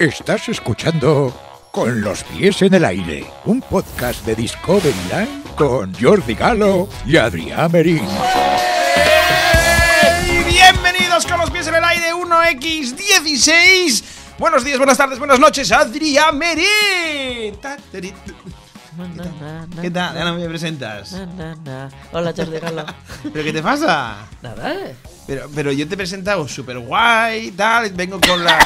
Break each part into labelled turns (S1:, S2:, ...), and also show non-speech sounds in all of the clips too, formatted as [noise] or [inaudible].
S1: Estás escuchando Con los pies en el aire, un podcast de Discovery Line con Jordi Galo y Adrián Merín.
S2: Y bienvenidos con los pies en el aire 1X16. Buenos días, buenas tardes, buenas noches, Adrián Merín. Ta, tari, tu. ¿Qué tal? Ya no me presentas.
S3: Na, na, na. Hola, Jordi Galo.
S2: ¿Pero qué te pasa?
S3: [laughs] Nada,
S2: Pero, pero yo te he presentado súper guay, tal, vengo con la...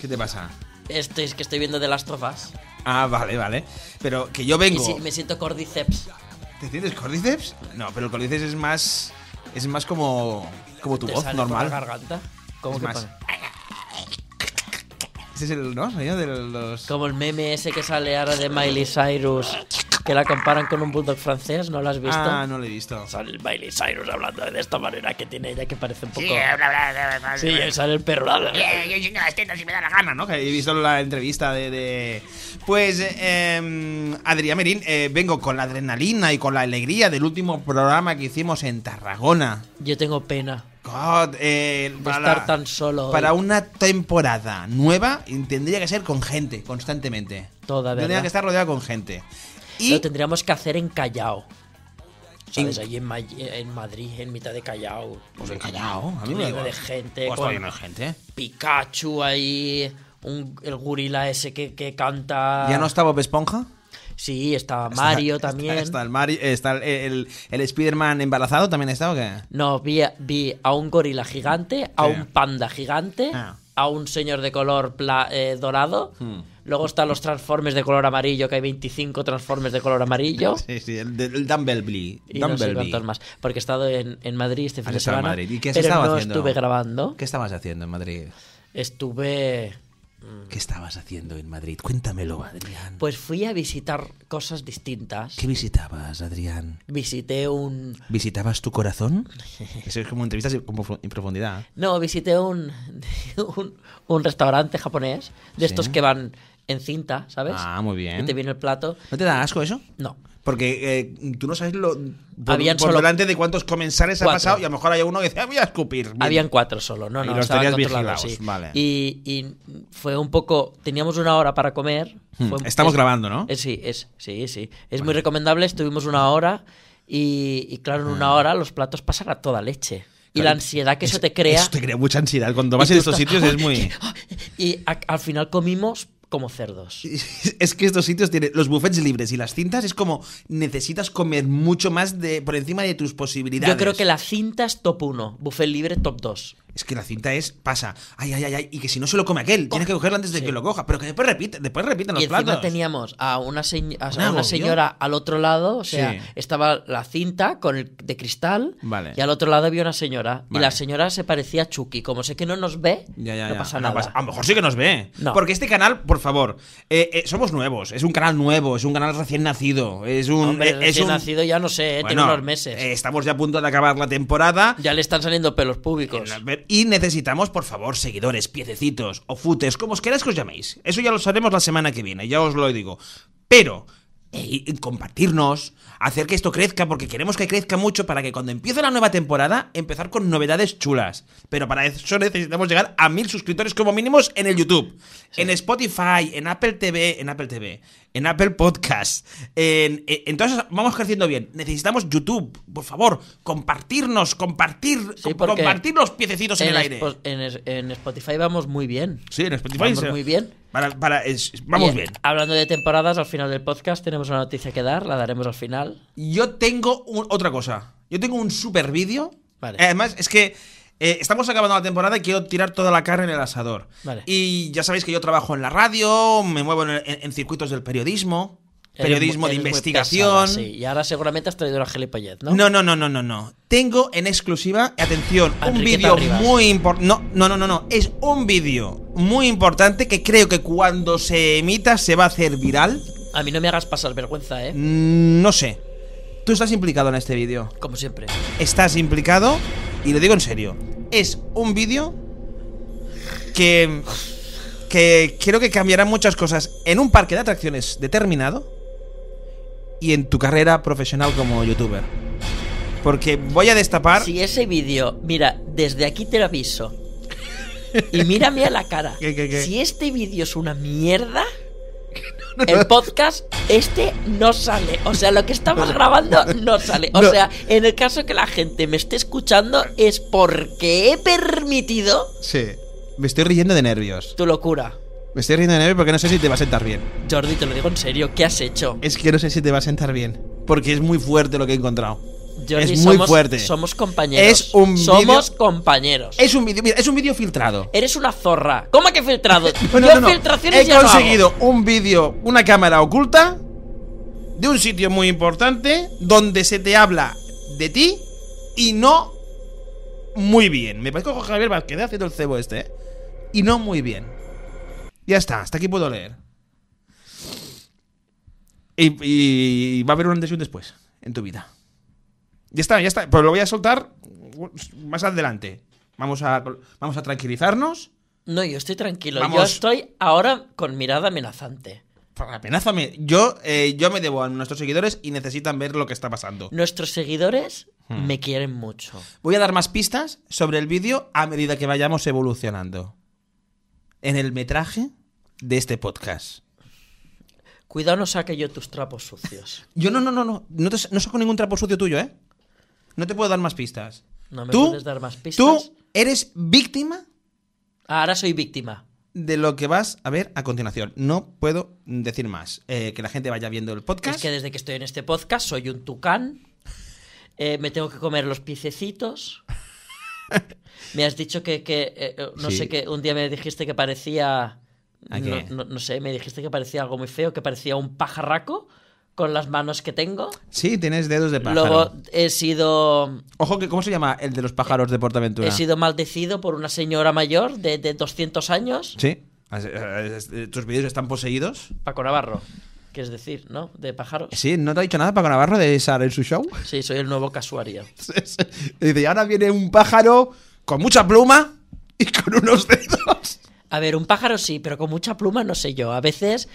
S2: ¿Qué te pasa?
S3: esto es que estoy viendo de las trofas.
S2: Ah, vale, vale. Pero que yo
S3: Y
S2: vengo...
S3: si- me siento cordyceps.
S2: ¿Te sientes cordyceps? No, pero el cordyceps es más... Es más como... Como tu
S3: Te
S2: voz
S3: sale por
S2: normal.
S3: la garganta.
S2: Es
S3: ¿Cómo que
S2: más.
S3: pone?
S2: Este es el, ¿no? Sonido de los...
S3: Como el meme ese que sale ahora de Miley Cyrus, que la comparan con un bulldog francés, ¿no lo has visto?
S2: Ah, no lo he visto.
S3: Sale el Miley Cyrus hablando de esta manera que tiene ella que parece un poco... Sí, sale el perro.
S2: yo las tetas y me da la gana, ¿no? eh. Que he visto la entrevista de. de- Pues, eh, Adrián Merín, eh, vengo con la adrenalina y con la alegría del último programa que hicimos en Tarragona.
S3: Yo tengo pena.
S2: God, eh,
S3: De estar tan solo hoy.
S2: Para una temporada nueva y tendría que ser con gente, constantemente.
S3: Toda,
S2: Tendría
S3: ¿verdad?
S2: que estar rodeada con gente. Y
S3: Lo tendríamos que hacer en Callao. ¿Sabes?
S2: En-
S3: Allí en, Ma- en Madrid, en mitad de Callao.
S2: Pues en Callao, a mí me da
S3: Lleno
S2: igual.
S3: de gente.
S2: Pues
S3: con-
S2: todavía no hay gente.
S3: Pikachu ahí, un- el gorila ese que, que canta.
S2: ¿Ya no está Bob Esponja?
S3: Sí, estaba Mario
S2: Está-
S3: también.
S2: Está, está el, Mario, está el, el, el Spider-Man embarazado, ¿también está o qué?
S3: No, vi, a- vi a un gorila gigante, a
S2: Sí.
S3: un panda gigante,
S2: Ah. Hmm.
S3: a un señor de color pla- eh, dorado. Luego están los transformes de color amarillo, que hay 25 transformes de color amarillo.
S2: Sí, sí, el, del- el Dumblebee.
S3: Y no sé
S2: Dumblebee.
S3: cuántos más. Porque he estado en, en Madrid este fin
S2: Has
S3: de
S2: estado en
S3: semana.
S2: Madrid. ¿Y qué has
S3: pero
S2: estado
S3: no
S2: haciendo?
S3: estuve grabando.
S2: ¿Qué estabas haciendo en Madrid?
S3: Estuve. Mm.
S2: ¿Qué estabas haciendo en Madrid? Cuéntamelo, Adrián.
S3: Pues fui a visitar cosas distintas.
S2: ¿Qué visitabas, Adrián?
S3: Visité un.
S2: ¿Visitabas tu corazón?
S3: [laughs]
S2: Eso es como entrevistas en profu- en profundidad.
S3: No, visité un, [laughs] un, un restaurante japonés de estos
S2: Sí.
S3: que van en cinta, ¿sabes?
S2: Ah, muy bien.
S3: Y te viene el plato.
S2: ¿No te da asco eso?
S3: No.
S2: Porque eh, tú no sabes lo, por,
S3: Habían
S2: por
S3: solo
S2: delante de cuántos comensales ha
S3: cuatro.
S2: pasado y a lo mejor hay uno que dice, "Ah, voy a escupir. Bien.
S3: Habían cuatro solo, no,
S2: Y
S3: no,
S2: los
S3: estaban
S2: tenías
S3: controlados,
S2: vigilados,
S3: sí.
S2: vale.
S3: Y, y fue un poco. Teníamos una hora para comer.
S2: Hmm,
S3: fue un-
S2: Estamos
S3: es-
S2: grabando, ¿no?
S3: Eh, sí, es, sí, sí. Es muy recomendable. Estuvimos una hora y, y claro, en una hora los platos pasan a toda leche. Y
S2: Hmm. Claro,
S3: la ansiedad que eso
S2: es-
S3: te crea.
S2: Eso te crea mucha ansiedad. Cuando vas
S3: Y
S2: en
S3: tú
S2: estos
S3: estás-
S2: sitios es muy...
S3: Y a- al final comimos como cerdos.
S2: [laughs] Es que estos sitios tienen los buffets libres y las cintas es como necesitas comer mucho más de por encima de tus posibilidades.
S3: Yo creo que la cinta es top 1, buffet libre top 2.
S2: es que la cinta es pasa, ay ay ay, ay, y que si no se lo come aquel, tienes que cogerlo antes de que lo coja, pero que después repite, después repiten los
S3: Y encima
S2: platos.
S3: teníamos a una, señ- a
S2: Un agobio.
S3: una señora al otro lado, o sea,
S2: Sí.
S3: estaba la cinta con el de cristal
S2: Vale.
S3: y al otro lado había una señora. Y
S2: Vale.
S3: la señora se parecía a Chucky. Como sé que no nos ve,
S2: Ya, ya,
S3: no
S2: ya.
S3: pasa nada.
S2: pasa- A lo mejor sí que nos ve.
S3: No.
S2: Porque este canal, por favor, eh, eh, somos nuevos. Es un canal nuevo, es un canal recién nacido. Es un.
S3: Hombre,
S2: eh, es
S3: recién
S2: un-
S3: nacido ya no sé, eh, tiene
S2: Bueno,
S3: unos meses.
S2: eh, estamos ya a punto de acabar la temporada.
S3: Ya le están saliendo pelos públicos.
S2: A ver, Y necesitamos, por favor, seguidores, piececitos o futes, como os queráis que os llaméis. Eso ya lo haremos la semana que viene, ya os lo digo. Pero, eh, y compartirnos, hacer que esto crezca, porque queremos que crezca mucho para que cuando empiece la nueva temporada, empezar con novedades chulas. Pero para eso necesitamos llegar a mil suscriptores como mínimos en el YouTube, en Spotify, en Apple TV, en Apple TV, en Apple Podcast. en- en- entonces, vamos creciendo bien. Necesitamos YouTube, por favor, compartirnos, compartir,
S3: Sí,
S2: com-
S3: porque-
S2: compartir los piececitos en, el aire.
S3: Spo- en es- en Spotify vamos muy bien.
S2: Sí, en Spotify.
S3: Vamos
S2: se-
S3: muy bien.
S2: Para, para- es- vamos
S3: Y,
S2: bien.
S3: Hablando de temporadas, al final del podcast tenemos una noticia que dar, la daremos al final.
S2: Yo tengo un- otra cosa. Yo tengo un super vídeo.
S3: Vale.
S2: Eh, Además, es que eh, estamos acabando la temporada y quiero tirar toda la carne en el asador.
S3: Vale.
S2: Y ya sabéis que yo trabajo en la radio, me muevo en, el- en- en circuitos del periodismo, periodismo
S3: Eres
S2: de
S3: mu- eres muy
S2: investigación.
S3: pesada, sí. Y ahora seguramente has traído una gilipollez, ¿no?
S2: ¿No? no, no, no, no, no, Tengo en exclusiva, atención,
S3: A
S2: un
S3: Enriqueta
S2: vídeo
S3: Rivas.
S2: muy importante. No, no, no, no, no. Es un vídeo muy importante que creo que cuando se emita se va a hacer viral.
S3: A mí no me hagas pasar vergüenza, ¿eh?
S2: Mm, No sé. Tú estás implicado en este vídeo.
S3: Como siempre.
S2: Estás implicado y lo digo en serio. Es un vídeo que que creo que cambiará muchas cosas en un parque de atracciones determinado y en tu carrera profesional como youtuber. Porque voy a destapar
S3: Si ese vídeo, mira, desde aquí te lo aviso. Y mírame a la cara.
S2: [laughs] ¿Qué, qué, qué?
S3: Si este vídeo es
S2: [laughs]
S3: una mierda, el podcast este no sale. O sea, lo que estamos
S2: [laughs]
S3: grabando no sale. O
S2: No.
S3: sea, en el caso que la gente me esté escuchando es porque he permitido
S2: Sí. Me estoy riendo de nervios.
S3: tu locura.
S2: Me estoy riendo de nervios porque no sé si te va a sentar bien.
S3: Jordi, te lo digo en serio, ¿qué has hecho?
S2: Es que no sé si te va a sentar bien. Porque es muy fuerte lo que he encontrado.
S3: Jordi,
S2: es muy
S3: somos,
S2: fuerte.
S3: Somos compañeros.
S2: Es un vídeo-
S3: Somos compañeros.
S2: Es un vídeo, mira, es un vídeo filtrado.
S3: Eres una zorra. ¿Cómo que filtrado?
S2: [laughs] No, no,
S3: Yo
S2: no, no.
S3: filtraciones
S2: He
S3: ya no hago.
S2: conseguido un vídeo, una cámara oculta de un sitio muy importante donde se te habla de ti y no muy bien. Me parece con Javier Vázquez ¿eh? haciendo el cebo este, ¿eh? Y no muy bien. Ya está, hasta aquí puedo leer. Y, y va a haber un antes y un después en tu vida. Ya está, ya está. Pero lo voy a soltar más adelante. Vamos a, vamos a tranquilizarnos.
S3: No, yo estoy tranquilo. Yo
S2: Vamos.
S3: estoy ahora con mirada amenazante.
S2: Amenázame. Yo, eh, yo me debo a nuestros seguidores y necesitan ver lo que está pasando.
S3: Nuestros seguidores
S2: Hmm.
S3: me quieren mucho.
S2: Voy a dar más pistas sobre el vídeo a medida que vayamos evolucionando. En el metraje de este podcast.
S3: Cuidado no saque yo tus trapos sucios.
S2: Yo no, no, no, no. No, te, no saco ningún trapo sucio tuyo, ¿eh? No te puedo dar más pistas.
S3: No me
S2: Tú-
S3: puedes dar más pistas.
S2: Tú eres víctima
S3: Ahora soy víctima.
S2: de lo que vas a ver a continuación. No puedo decir más. Eh, que la gente vaya viendo el podcast.
S3: Es que desde que estoy en este podcast soy un tucán. Eh, me tengo que comer
S2: [laughs]
S3: los piececitos. Me has dicho que, que, eh, eh, no
S2: Sí.
S3: sé qué, un día me dijiste que parecía,
S2: ¿A
S3: no,
S2: qué?
S3: no- no sé, me dijiste que parecía algo muy feo, que parecía un pajarraco con las manos que tengo.
S2: Sí, tienes dedos de pájaro.
S3: Luego he sido,
S2: Ojo, que ¿cómo se llama el de los pájaros de Portaventura?
S3: he sido maldecido por una señora mayor de, de 200 años.
S2: Sí. As- as- as- ¿Tus vídeos están poseídos?
S3: Paco Navarro, quieres decir, ¿no? De pájaros.
S2: Sí, ¿no te ha dicho nada Paco Navarro de Sara en su [laughs] show?
S3: Sí, soy el nuevo casuario.
S2: Dice, y ahora viene un pájaro con mucha pluma y con unos [laughs] dedos.
S3: A ver, un pájaro sí, pero con mucha pluma no sé yo. A veces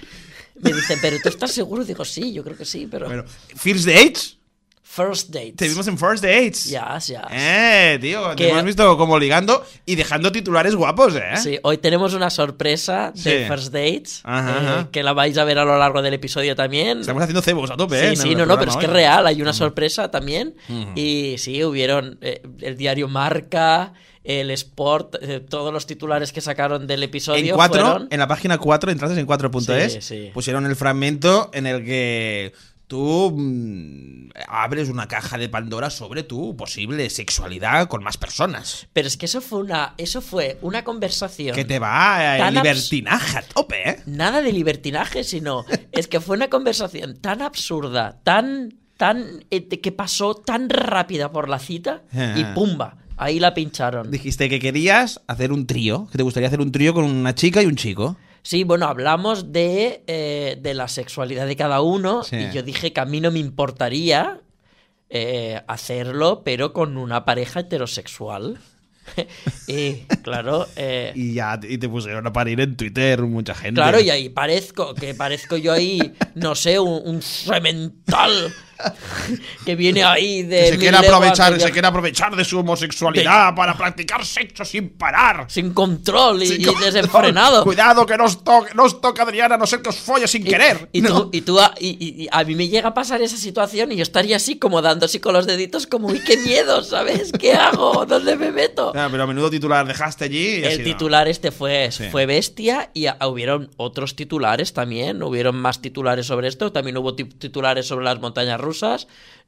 S3: me dicen, pero ¿tú estás seguro? Digo, sí, yo creo que sí, pero...
S2: Bueno, First Dates.
S3: First date.
S2: Te vimos en First Dates.
S3: Ya, ya.
S2: Eh, tío, te
S3: Que-
S2: hemos visto como ligando y dejando titulares guapos, ¿eh?
S3: Sí, hoy tenemos una sorpresa de
S2: Sí.
S3: First Dates,
S2: Ajá,
S3: eh,
S2: ajá.
S3: que la vais a ver a lo largo del episodio también.
S2: Estamos haciendo cebos a tope, ¿eh?
S3: Sí,
S2: en
S3: sí,
S2: el
S3: no, no, pero es
S2: programa
S3: que es
S2: hoy.
S3: real, hay una sorpresa también. Y sí, hubieron eh, el diario Marca, el Sport, eh, todos los titulares que sacaron del episodio.
S2: en cuatro,
S3: fueron...
S2: en la página 4, entraste en 4.es,
S3: Sí, sí.
S2: pusieron el fragmento en el que tú mm, abres una caja de Pandora sobre tu posible sexualidad con más personas.
S3: Pero es que eso fue una, eso fue una conversación.
S2: Que te va a
S3: Tan abs-
S2: libertinaje a tope, ¿eh?
S3: nada de libertinaje, sino es que fue una conversación tan absurda, tan, tan, eh, que pasó tan rápida por la cita y pumba, ahí la pincharon.
S2: Dijiste que querías hacer un trío, que te gustaría hacer un trío con una chica y un chico.
S3: Sí, bueno, hablamos de, eh, de la sexualidad de cada uno
S2: Sí.
S3: y yo dije que a mí no me importaría eh, hacerlo, pero con una pareja heterosexual. [laughs] y claro, eh,
S2: Y ya y te pusieron a parir en Twitter mucha gente.
S3: Claro, y ahí parezco, que parezco yo ahí, no sé, un, un semental que viene ahí de.
S2: Que se
S3: mil
S2: quiere
S3: leguas
S2: aprovechar,
S3: de
S2: se
S3: viaje
S2: quiere aprovechar de su homosexualidad para practicar sexo sin parar.
S3: Sin control y,
S2: Sí,
S3: y
S2: con- [laughs]
S3: desenfrenado.
S2: Cuidado que no os, toque, no os toque Adriana, a no ser que os folle sin
S3: Y-
S2: querer.
S3: Y,
S2: No.
S3: tú, y tú a, y- y- y a mí me llega a pasar esa situación y yo estaría así, como dando así con los deditos, como, uy, qué miedo, ¿sabes? ¿Qué hago? ¿Dónde me meto?
S2: Ah, pero a menudo titular dejaste allí. y así,
S3: El
S2: no.
S3: titular este fue,
S2: Sí.
S3: fue bestia y a- hubieron otros titulares también, hubieron más titulares sobre esto, también hubo ti- titulares sobre las montañas rusas.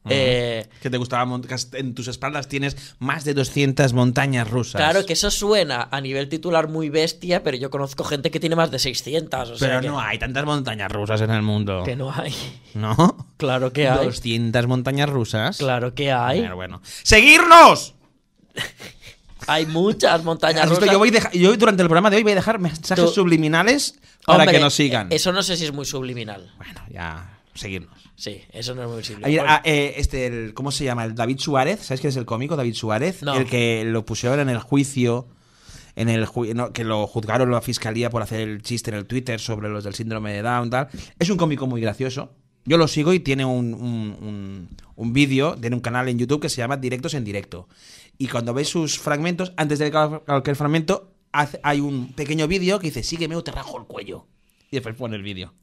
S3: eh,
S2: Que te gustaba mont- que has- en tus espaldas tienes más de 200 montañas rusas.
S3: Claro, que eso suena a nivel titular muy bestia, pero yo conozco gente que tiene más de 600. O sea
S2: Pero
S3: que,
S2: no hay tantas montañas rusas en el mundo.
S3: que no hay. [laughs]
S2: ¿No?
S3: Claro que hay.
S2: 200 montañas rusas.
S3: Claro que hay.
S2: Bueno, bueno. ¡Seguirnos!
S3: Hay muchas montañas
S2: Has visto,
S3: rusas.
S2: yo, voy deja- yo durante el programa de hoy voy a dejar mensajes
S3: Tú-
S2: subliminales para
S3: Hombre,
S2: que nos sigan.
S3: Eso no sé si es muy subliminal.
S2: Bueno, ya. Seguirnos.
S3: Sí, eso no es muy
S2: Ahí,
S3: subliminal.
S2: ah, eh, este, el- ¿cómo se llama? El David Suárez, ¿sabes quién es el cómico? David Suárez,
S3: No.
S2: el que lo pusieron en el juicio, en el ju- no, que lo juzgaron la fiscalía por hacer el chiste en el Twitter sobre los del síndrome de Down, tal. Es un cómico muy gracioso. Yo lo sigo y tiene un, un- un- un vídeo, tiene un canal en YouTube que se llama Directos en Directo. Y cuando veis sus fragmentos, antes de cada- cualquier fragmento, haz- hay un pequeño vídeo que dice, sígueme o te rajo el cuello. Y después pone el vídeo.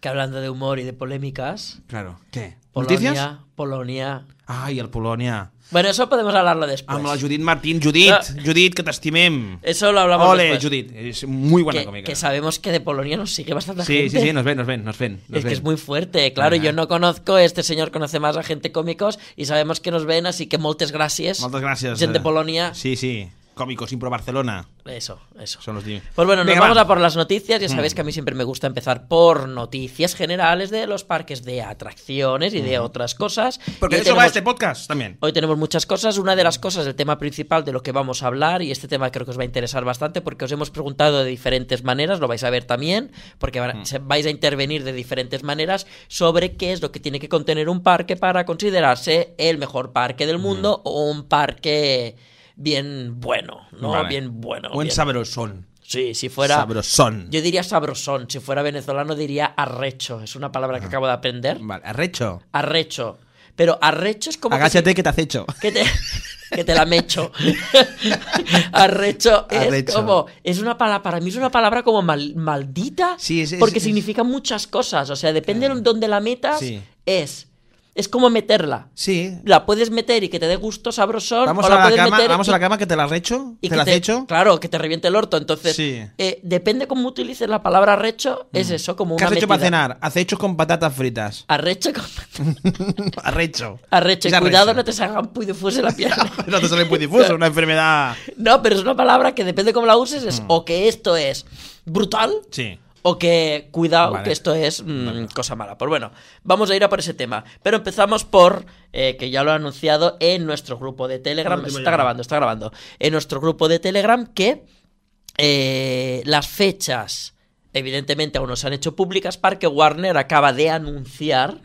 S3: Que hablando de humor y de polémicas.
S2: Claro. ¿Qué?
S3: Polonia,
S2: ¿Noticias?
S3: Polonia.
S2: Ay, el Polonia.
S3: Bueno, eso podemos
S2: Ah,
S3: hablarlo después.
S2: Amb la Judit Martín. Judit,
S3: Ah.
S2: Judit, que t'estimem.
S3: Eso lo hablamos
S2: Ole,
S3: después.
S2: Judit. Es muy buena
S3: que,
S2: cómica.
S3: que sabemos que de Polonia nos sigue bastante
S2: sí,
S3: gente.
S2: sí, sí, nos ven, nos ven, nos ven. nos
S3: es que
S2: ven.
S3: es muy fuerte, claro,
S2: Ajá.
S3: yo no conozco, este señor conoce más a gente cómicos y sabemos que nos ven, así que moltes gracias.
S2: Moltes gràcies.
S3: Gente de
S2: eh.
S3: Polonia.
S2: Sí, sí. Cómicos Impro Barcelona.
S3: Eso, eso.
S2: Son los de-
S3: Pues bueno, nos
S2: Venga,
S3: vamos
S2: va. Mm.
S3: a por las noticias. Ya sabéis que a mí siempre me gusta empezar por noticias generales de los parques de atracciones y de otras cosas.
S2: Porque de
S3: Y hoy
S2: eso va
S3: tenemos-
S2: este podcast también.
S3: Hoy tenemos muchas cosas. Una de las cosas, el tema principal de lo que vamos a hablar, y este tema creo que os va a interesar bastante porque os hemos preguntado de diferentes maneras, lo vais a ver también, porque
S2: Mm.
S3: van- se- vais a intervenir de diferentes maneras sobre qué es lo que tiene que contener un parque para considerarse el mejor parque
S2: Mm.
S3: del mundo o un parque bien bueno, ¿no?
S2: Vale.
S3: Bien bueno.
S2: Buen
S3: bien-
S2: sabrosón.
S3: Sí, si fuera.
S2: Sabrosón.
S3: Yo diría sabrosón. Si fuera venezolano, diría arrecho. Es una palabra que acabo de aprender.
S2: Vale, arrecho.
S3: Arrecho. Pero arrecho es como. que
S2: Agáchate que te has hecho.
S3: que te, [laughs] que te la mecho. [laughs] Arrecho es
S2: Arrecho.
S3: como. Es una palabra, para mí es una palabra como mal- maldita.
S2: Sí, es- es-
S3: porque
S2: es-
S3: significa muchas cosas. O sea, depende de dónde la metas,
S2: Sí.
S3: es. Es como meterla.
S2: Sí.
S3: La puedes meter y que te dé gusto sabrosón.
S2: Vamos
S3: o
S2: a
S3: la,
S2: la
S3: puedes
S2: cama,
S3: meter
S2: vamos
S3: y-
S2: a la cama que te la has hecho.
S3: y
S2: ¿Te
S3: que
S2: la has hecho?
S3: Claro, que te reviente el orto. Entonces,
S2: Sí. Mm.
S3: eh, depende cómo utilices la palabra arrecho, es eso, como
S2: ¿Qué
S3: una
S2: has hecho para
S3: metida.
S2: cenar? Acechos con patatas fritas. [laughs]
S3: Arrecho, con- [laughs]
S2: Arrecho.
S3: arrecho. Y
S2: Es arrecho.
S3: cuidado, no te salgan puidufus en la pierna.
S2: [laughs] No te sale muy difuso, una enfermedad.
S3: No, pero es una palabra que depende cómo la uses,
S2: Mm.
S3: es o que esto es brutal
S2: Sí.
S3: o que cuidado
S2: Vale.
S3: que esto es mm, cosa mala. Pues bueno, vamos a ir a por ese tema. Pero empezamos por, eh, que ya lo he anunciado en nuestro grupo de Telegram,
S2: Última
S3: está
S2: llamada.
S3: grabando, está grabando, en nuestro grupo de Telegram que eh, las fechas, evidentemente aún no se han hecho públicas, Parque Warner acaba de anunciar...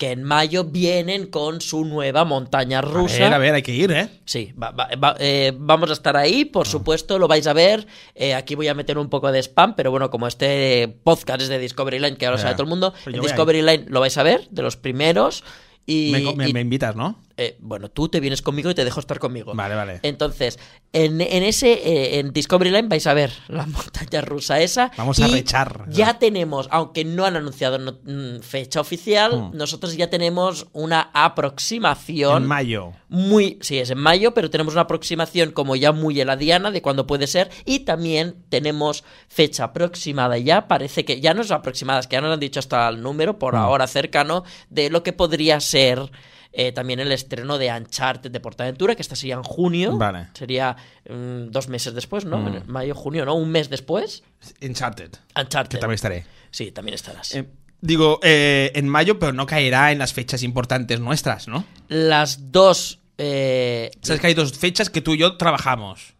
S3: Que en mayo vienen con su nueva montaña rusa.
S2: A ver, a ver, hay que ir, ¿eh?
S3: Sí, va- va- va- eh, vamos a estar ahí, por
S2: Ah.
S3: supuesto, lo vais a ver. Eh, aquí voy a meter un poco de spam, pero bueno, como este podcast es de Discovery Line, que ahora lo
S2: Ya.
S3: sabe todo el mundo,
S2: Pero yo
S3: en
S2: voy
S3: Discovery Line lo vais a ver, de los primeros. Y,
S2: me, me-
S3: y,
S2: me invitas, ¿no?
S3: eh, bueno, tú te vienes conmigo y te dejo estar conmigo.
S2: Vale, vale.
S3: Entonces, en, en ese, eh, en Discovery Line vais a ver la [laughs] montaña rusa esa.
S2: Vamos
S3: y
S2: a rechar.
S3: Ya tenemos, aunque no han anunciado no- mm, fecha oficial,
S2: Mm.
S3: nosotros ya tenemos una aproximación
S2: En mayo.
S3: muy, sí, es en mayo, pero tenemos una aproximación como ya muy heladiana de cuándo puede ser y también tenemos fecha aproximada ya, parece que ya no es aproximada, es que ya nos han dicho hasta el número
S2: Mm.
S3: por ahora cercano de lo que podría ser eh, también el estreno de Uncharted de Portaventura, que esta sería en junio,
S2: Vale.
S3: sería mm, dos meses después, ¿no?
S2: Mm.
S3: Mayo, junio, ¿no? Un mes después.
S2: Enchanted. Que
S3: Uncharted.
S2: también estaré.
S3: Sí, también estarás.
S2: Eh, digo, eh, en mayo, pero no caerá en las fechas importantes nuestras, ¿no?
S3: Las dos... eh,
S2: Sabes que hay dos fechas que tú y yo trabajamos.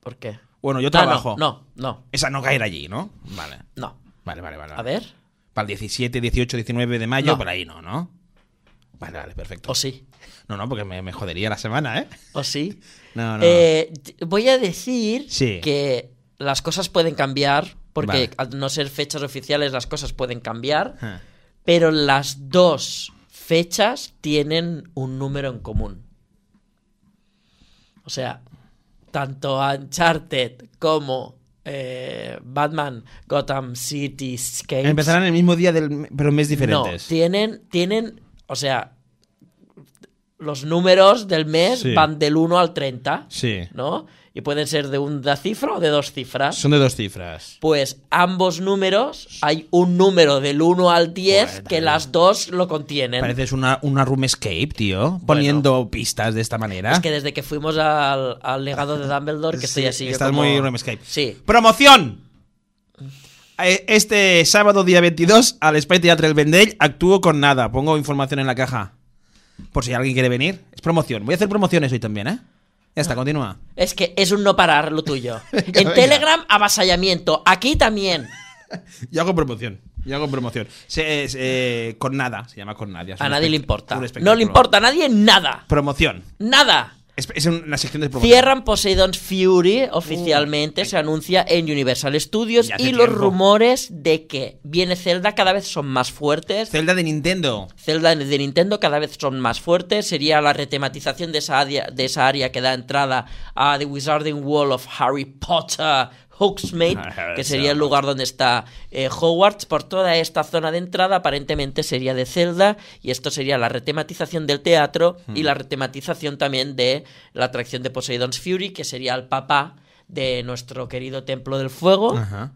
S3: ¿Por qué?
S2: Bueno, yo
S3: Ah, no,
S2: trabajo.
S3: no, no,
S2: Esa no caerá allí, ¿no? Vale.
S3: no.
S2: Vale, vale, vale.
S3: A ver,
S2: Para el 17, 18, 19 de mayo,
S3: No.
S2: por ahí no, ¿no? Vale, vale, perfecto.
S3: o sí.
S2: No, no, porque me, me jodería la semana, ¿eh?
S3: ¿O sí?
S2: No, no.
S3: Eh, t- voy a decir
S2: Sí.
S3: que las cosas pueden cambiar, porque
S2: Vale.
S3: al no ser fechas oficiales las cosas pueden cambiar,
S2: Ah.
S3: pero las dos fechas tienen un número en común. O sea, tanto Uncharted como eh, Batman Gotham City Escapes
S2: Empezarán el mismo día, del, me- pero en mes
S3: no,
S2: diferentes.
S3: tienen, tienen, o sea, los números del mes
S2: Sí.
S3: van del 1 al 30,
S2: Sí.
S3: ¿no? Y pueden ser de una cifra o de dos cifras.
S2: Son de dos cifras.
S3: Pues ambos números, hay un número del 1 al 10
S2: Joder,
S3: que
S2: David.
S3: las dos lo contienen.
S2: Pareces una, una room escape, tío. Poniendo pistas de esta manera.
S3: Es que desde que fuimos al, al legado
S2: [laughs]
S3: de Dumbledore, que estoy
S2: Sí,
S3: así. yo
S2: Estás
S3: como-
S2: muy room escape.
S3: Sí.
S2: ¡Promoción! Eh, Este sábado, día 22, al Spy Theatre El Vendell, actúo con nada. Pongo información en la caja. Por si alguien quiere venir. Es promoción. Voy a hacer promociones hoy también, ¿eh? Ya está, continúa.
S3: Es que es un no parar lo tuyo.
S2: [laughs]
S3: en
S2: venga.
S3: Telegram, avasallamiento. Aquí también.
S2: Yo hago promoción. Yo hago promoción. Se- es, eh, con nada. Se llama con nadie. Es
S3: A
S2: un
S3: nadie le
S2: espect-
S3: importa.
S2: un
S3: No
S2: espectáculo.
S3: le importa a nadie nada.
S2: Promoción.
S3: Nada.
S4: Es, es una sección de promoción.
S3: Cierran Poseidon's Fury oficialmente, se anuncia en Universal Studios
S4: Uh. Ya hace
S3: y los
S4: tiempo.
S3: rumores de que viene Zelda cada vez son más fuertes.
S4: Zelda de Nintendo.
S3: Zelda de Nintendo cada vez son más fuertes. Sería la retematización de esa, área- de esa área que da entrada a The Wizarding World of Harry Potter. Hogsmeade, que sería el lugar donde está eh, Hogwarts, por toda esta zona de entrada aparentemente sería de Zelda y esto sería la retematización del teatro y la retematización también de la atracción de Poseidon's Fury, que sería el papá de nuestro querido Templo del Fuego.
S4: Ajá.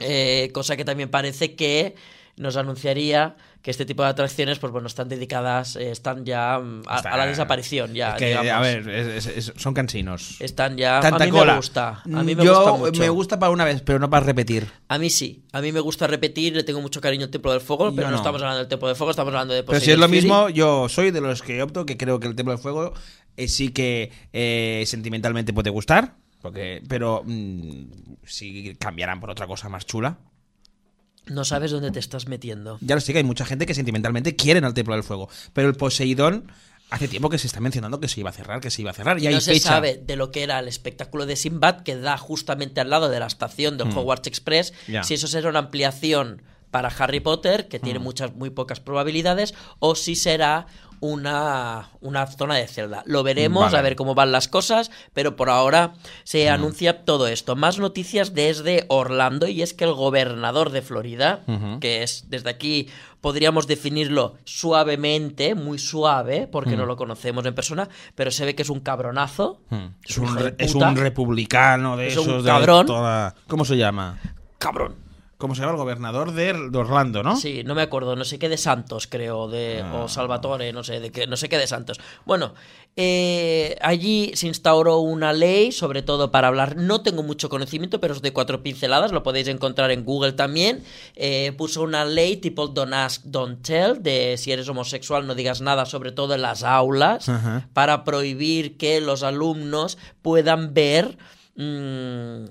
S3: Eh, cosa que también parece que nos anunciaría que este tipo de atracciones, pues bueno, están dedicadas, eh, están ya mm, a,
S4: Está-
S3: a la desaparición, ya.
S4: Es que,
S3: digamos.
S4: a ver, es- es- es- son cansinos.
S3: Están ya.
S4: Tanta
S3: a mí
S4: cola.
S3: me gusta. A mí me
S4: Mm, Yo
S3: gusta mucho. Pues
S4: me gusta para una vez, pero no para repetir.
S3: A mí sí. A mí me gusta repetir, le tengo mucho cariño al Templo del Fuego,
S4: Yo
S3: pero no.
S4: no.
S3: estamos hablando del Templo del Fuego, estamos hablando de
S4: Pero si es
S3: Poseidon
S4: lo
S3: Fury.
S4: mismo, yo soy de los que opto que creo que el Templo del Fuego eh, sí que eh, sentimentalmente puede gustar, porque, pero mm, si cambiarán por otra cosa más chula.
S3: No sabes dónde te estás metiendo.
S4: Ya lo sé que hay mucha gente que sentimentalmente quieren al Templo del Fuego, pero el Poseidón hace tiempo que se está mencionando que se iba a cerrar, que se iba a cerrar, y, hay
S3: no se
S4: fecha.
S3: sabe de lo que era el espectáculo de Sinbad que da justamente al lado de la estación del Hogwarts Express
S4: Mm. Ya. Mm.
S3: si eso será una ampliación para Harry Potter que tiene muchas muy pocas probabilidades o si será una, una zona de celda. Lo veremos
S4: Vale. Mm.
S3: a ver cómo van las cosas, pero por ahora se anuncia todo esto. Más noticias desde Orlando y es que el gobernador de Florida, que es desde aquí podríamos definirlo suavemente, muy suave, porque no lo conocemos en persona, pero se ve que es un cabronazo.
S4: Mm. Es
S3: hijo
S4: un,
S3: de
S4: re- es
S3: puta.
S4: un republicano de
S3: Es un
S4: esos de
S3: cabrón.
S4: toda- ¿Cómo se llama?
S3: cabrón.
S4: ¿Cómo se llama el gobernador de, de Orlando, no? Ah.
S3: Sí, no me acuerdo, no sé qué de Santos, creo, de, o Salvatore, no sé, de qué, no sé qué de Santos. Bueno, eh, allí se instauró una ley, sobre todo para hablar, no tengo mucho conocimiento, pero es de cuatro pinceladas, lo podéis encontrar en Google también. Eh, puso una ley tipo Don't Ask, Don't Tell, de si eres homosexual no digas nada, sobre todo en las aulas,
S4: Ajá.
S3: para prohibir que los alumnos puedan ver... mm,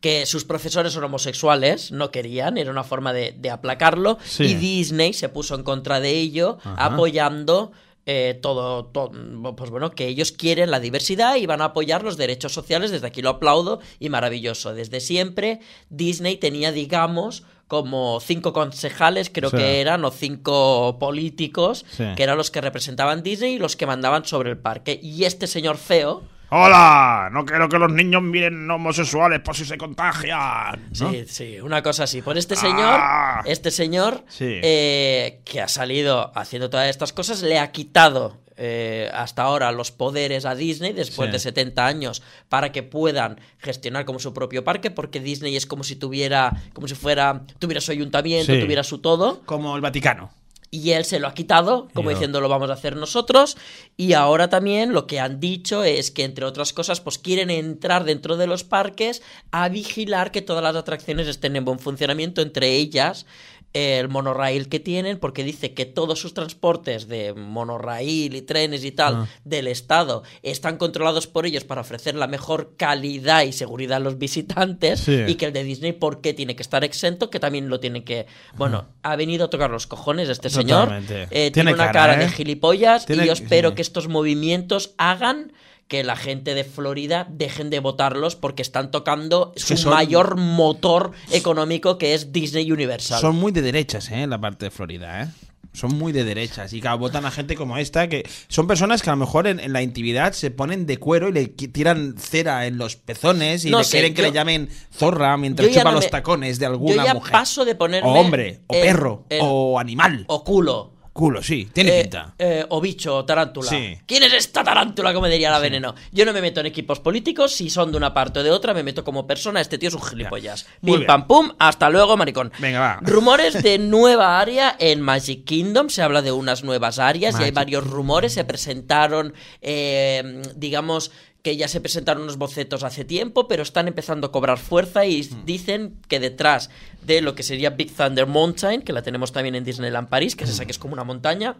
S3: que sus profesores son homosexuales, no querían, era una forma de, de aplacarlo,
S4: Sí.
S3: y Disney se puso en contra de ello,
S4: Ajá.
S3: apoyando eh, todo, to- pues bueno, que ellos quieren la diversidad y van a apoyar los derechos sociales, desde aquí lo aplaudo, y maravilloso. Desde siempre Disney tenía, digamos, como cinco concejales, creo
S4: Sí.
S3: que eran, o cinco políticos,
S4: Sí.
S3: que eran los que representaban Disney y los que mandaban sobre el parque. Y este señor feo,
S2: Hola, no quiero que los niños miren homosexuales por si se contagian.
S3: Sí,
S4: ¿no?
S3: sí, una cosa así. Por este señor,
S2: Ah.
S3: este señor
S4: Sí.
S3: eh, que ha salido haciendo todas estas cosas, le ha quitado eh, hasta ahora los poderes a Disney después
S4: Sí.
S3: de 70 años para que puedan gestionar como su propio parque, porque Disney es como si tuviera, como si fuera, tuviera su ayuntamiento,
S4: Sí.
S3: tuviera su todo.
S4: Como el Vaticano.
S3: Y él se lo ha quitado, como
S4: Yo.
S3: diciendo lo vamos a hacer nosotros. Y ahora también lo que han dicho es que, entre otras cosas, pues quieren entrar dentro de los parques a vigilar que todas las atracciones estén en buen funcionamiento, entre ellas eh, el monorraíl que tienen, porque dice que todos sus transportes de monorraíl y trenes y tal del Estado están controlados por ellos para ofrecer la mejor calidad y seguridad a los visitantes
S4: Sí.
S3: y que el de Disney, ¿por qué tiene que estar exento? Que también lo tiene que... Bueno, ha venido a tocar los cojones este señor.
S4: Totalmente.
S3: Eh,
S4: Tiene
S3: tiene, una
S4: cara,
S3: cara,
S4: ¿eh?
S3: de gilipollas
S4: Tiene-
S3: y yo espero
S4: sí.
S3: que estos movimientos hagan que la gente de Florida dejen de votarlos porque están tocando
S4: que
S3: su
S4: son-
S3: mayor motor económico que es Disney Universal.
S4: Son muy de derechas, ¿eh? La parte de Florida, ¿eh? Son muy de derechas y claro, votan a gente como esta que son personas que a lo mejor en, en la intimidad se ponen de cuero y le qui- tiran cera en los pezones y
S3: No
S4: le
S3: sé,
S4: quieren que
S3: yo-
S4: le llamen zorra mientras
S3: yo ya
S4: chupa
S3: no
S4: los
S3: me-
S4: tacones de
S3: Yo
S4: alguna
S3: ya
S4: mujer.
S3: paso de ponerme...
S4: o hombre, o
S3: el-
S4: perro,
S3: el-
S4: o animal.
S3: o culo.
S4: Culo, sí, tiene
S3: Eh,
S4: pinta.
S3: eh, o bicho, o tarántula.
S4: Sí.
S3: ¿Quién es esta tarántula? Como diría la veneno. Yo no me meto en equipos políticos, si son de una parte o de otra, me meto como persona. Este tío es un gilipollas.
S4: Muy
S3: Pim
S4: bien.
S3: pam pum, hasta luego, maricón.
S4: Venga, va.
S3: Rumores de nueva área en Magic Kingdom. Se habla de unas nuevas áreas y hay
S4: Magic
S3: varios rumores. Se presentaron, eh, digamos que ya se presentaron unos bocetos hace tiempo, pero están empezando a cobrar fuerza y
S4: Mm.
S3: dicen que detrás de lo que sería Big Thunder Mountain, que la tenemos también en Disneyland París, que se
S4: Mm.
S3: sabe que es como una montaña,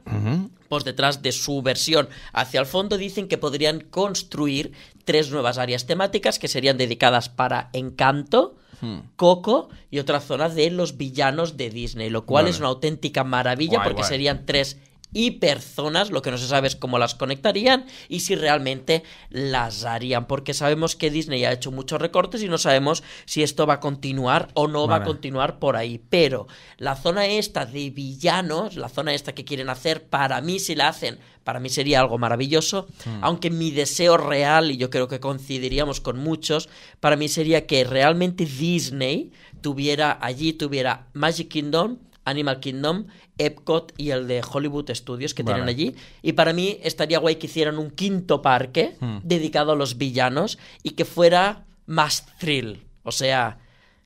S3: pues detrás de su versión hacia el fondo dicen que podrían construir tres nuevas áreas temáticas que serían dedicadas para Encanto,
S4: Hmm.
S3: Coco y otra zona de los villanos de Disney, lo cual
S4: Vale.
S3: es una auténtica maravilla
S4: Guay,
S3: porque
S4: guay.
S3: serían tres y personas, lo que no se sabe es cómo las conectarían y si realmente las harían, porque sabemos que Disney ha hecho muchos recortes y no sabemos si esto va a continuar o no va a
S4: Vale.
S3: continuar por ahí, pero la zona esta de villanos, la zona esta que quieren hacer, para mí si la hacen, para mí sería algo maravilloso, aunque mi deseo real, y yo creo que coincidiríamos con muchos, para mí sería que realmente Disney tuviera allí, tuviera Magic Kingdom, Animal Kingdom, Epcot y el de Hollywood Studios que
S4: Vale.
S3: tienen allí. Y para mí estaría guay que hicieran un quinto parque
S4: Hmm.
S3: dedicado a los villanos y que fuera más thrill. O sea,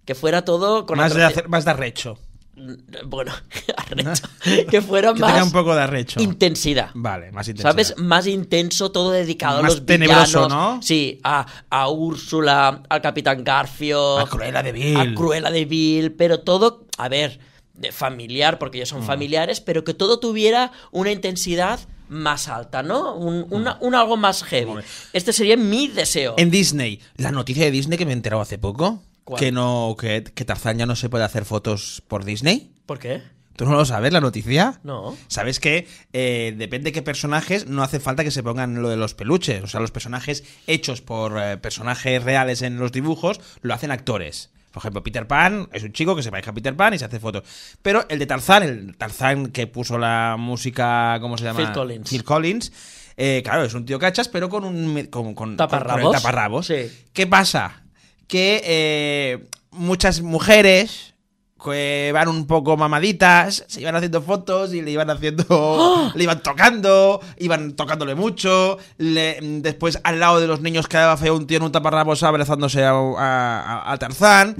S3: que fuera todo con
S4: Más de,
S3: atrac-
S4: hacer- más de arrecho.
S3: [laughs] bueno, arrecho.
S4: [laughs]
S3: que fuera
S4: Que
S3: más
S4: tenga un poco de arrecho.
S3: intensidad.
S4: Vale, más intenso.
S3: ¿Sabes? Más intenso, todo dedicado
S4: Más
S3: a los
S4: tenebroso,
S3: villanos.
S4: ¿no?
S3: Sí, a, a Úrsula, al Capitán Garfio.
S4: A Cruella de Vil.
S3: A Cruella de Vil, pero todo, a ver, de familiar, porque ellos son
S4: Mm.
S3: familiares, pero que todo tuviera una intensidad más alta, ¿no? Un, una- un algo más heavy.
S4: Mm. Hombre.
S3: Este sería mi deseo.
S4: En Disney, la noticia de Disney que me he enterado hace poco,
S3: ¿Cuál?
S4: que no que, que Tarzán ya no se puede hacer fotos por Disney.
S3: ¿Por qué?
S4: ¿Tú no lo sabes la noticia?
S3: No.
S4: Sabes que eh, depende de qué personajes, no hace falta que se pongan lo de los peluches. O sea, los personajes hechos por eh, personajes reales en los dibujos lo hacen actores. Por ejemplo, Peter Pan es un chico que se parece a Peter Pan y se hace fotos. Pero el de Tarzán, el Tarzán que puso la música, ¿cómo se llama?
S3: Phil Collins.
S4: Phil Collins. eh, claro, es un tío cachas, pero con un. me- Con, con-
S3: Taparrabos.
S4: con el taparrabos.
S3: Sí.
S4: ¿Qué pasa? Que eh, muchas mujeres que van un poco mamaditas, se iban haciendo fotos y le iban haciendo. [laughs] Le iban tocando, iban tocándole mucho. le- después, al lado de los niños, quedaba feo un tío en un taparrabos abrazándose a, a, a- a Tarzán.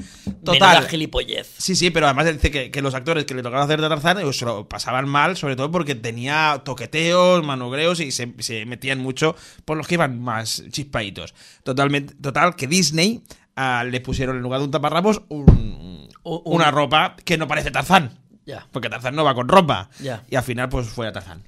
S4: Total.
S3: Menuda gilipollez.
S4: Sí, sí, pero además dice que, que los actores que le tocaba hacer de Tarzán eh, se lo pasaban mal, sobre todo porque tenía toqueteos, manobreos y se, se metían mucho por los que iban más chispaditos. Totalmente, total, que Disney ah, le pusieron en lugar de un taparrabos un-
S3: Un-
S4: una ropa que no parece Tarzán.
S3: Ya.
S4: Porque Tarzán no va con ropa.
S3: Ya.
S4: Y al final, pues fue a Tarzán.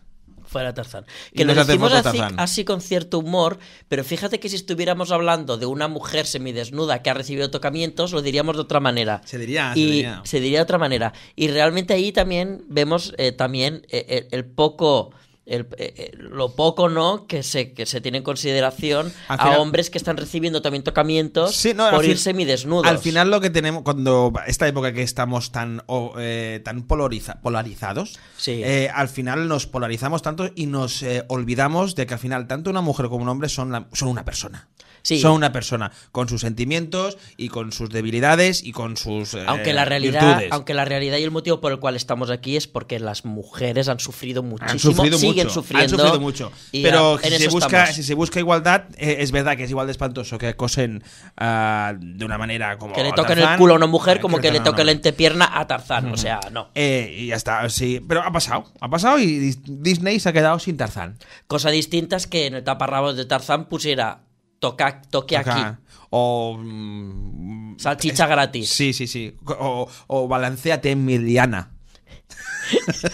S3: Fuera Tarzán.
S4: Y
S3: Que lo
S4: nos hace
S3: decimos
S4: foto
S3: así,
S4: Tarzán.
S3: así con cierto humor, pero fíjate que si estuviéramos hablando de una mujer semidesnuda que ha recibido tocamientos, lo diríamos de otra manera.
S4: Se diría, se
S3: y
S4: diría.
S3: se diría de otra manera. Y realmente ahí también vemos eh, también eh, eh, el, poco. el- eh, eh, lo poco no que se, que se tiene en consideración
S4: Al
S3: a
S4: final-
S3: hombres que están recibiendo también tocamientos
S4: Sí, no, al
S3: por
S4: fin-
S3: ir semidesnudos.
S4: Al final lo que tenemos, cuando esta época que estamos tan, o, eh, tan polariza- polarizados,
S3: Sí.
S4: eh, al final nos polarizamos tanto y nos eh, olvidamos de que al final tanto una mujer como un hombre son, la- son una persona.
S3: Sí.
S4: Son una persona con sus sentimientos y con sus debilidades y con sus eh,
S3: Aunque la realidad,
S4: virtudes.
S3: aunque la realidad y el motivo por el cual estamos aquí es porque las mujeres han sufrido muchísimo,
S4: han sufrido
S3: siguen
S4: mucho,
S3: sufriendo,
S4: han sufrido mucho.
S3: y,
S4: Pero
S3: ah, en
S4: si se,
S3: eso
S4: busca,
S3: estamos.
S4: si se busca igualdad, eh, es verdad que es igual de espantoso que acosen ah, de una manera como
S3: que le
S4: a
S3: toquen el
S4: Oh, Tarzán,
S3: culo a una mujer
S4: eh,
S3: como que le
S4: Tarzán a un
S3: toquen la
S4: hombre.
S3: entrepierna a Tarzán, o sea, no.
S4: Eh, y ya está, sí. Pero ha pasado, ha pasado y Dis- Disney se ha quedado sin Tarzán.
S3: Cosa distinta es que en el taparrabos de Tarzán pusiera toca, toque aquí,
S4: Acá. O. mm,
S3: salchicha gratis,
S4: Sí, sí, sí. O, o balanceate en mi [laughs] liana.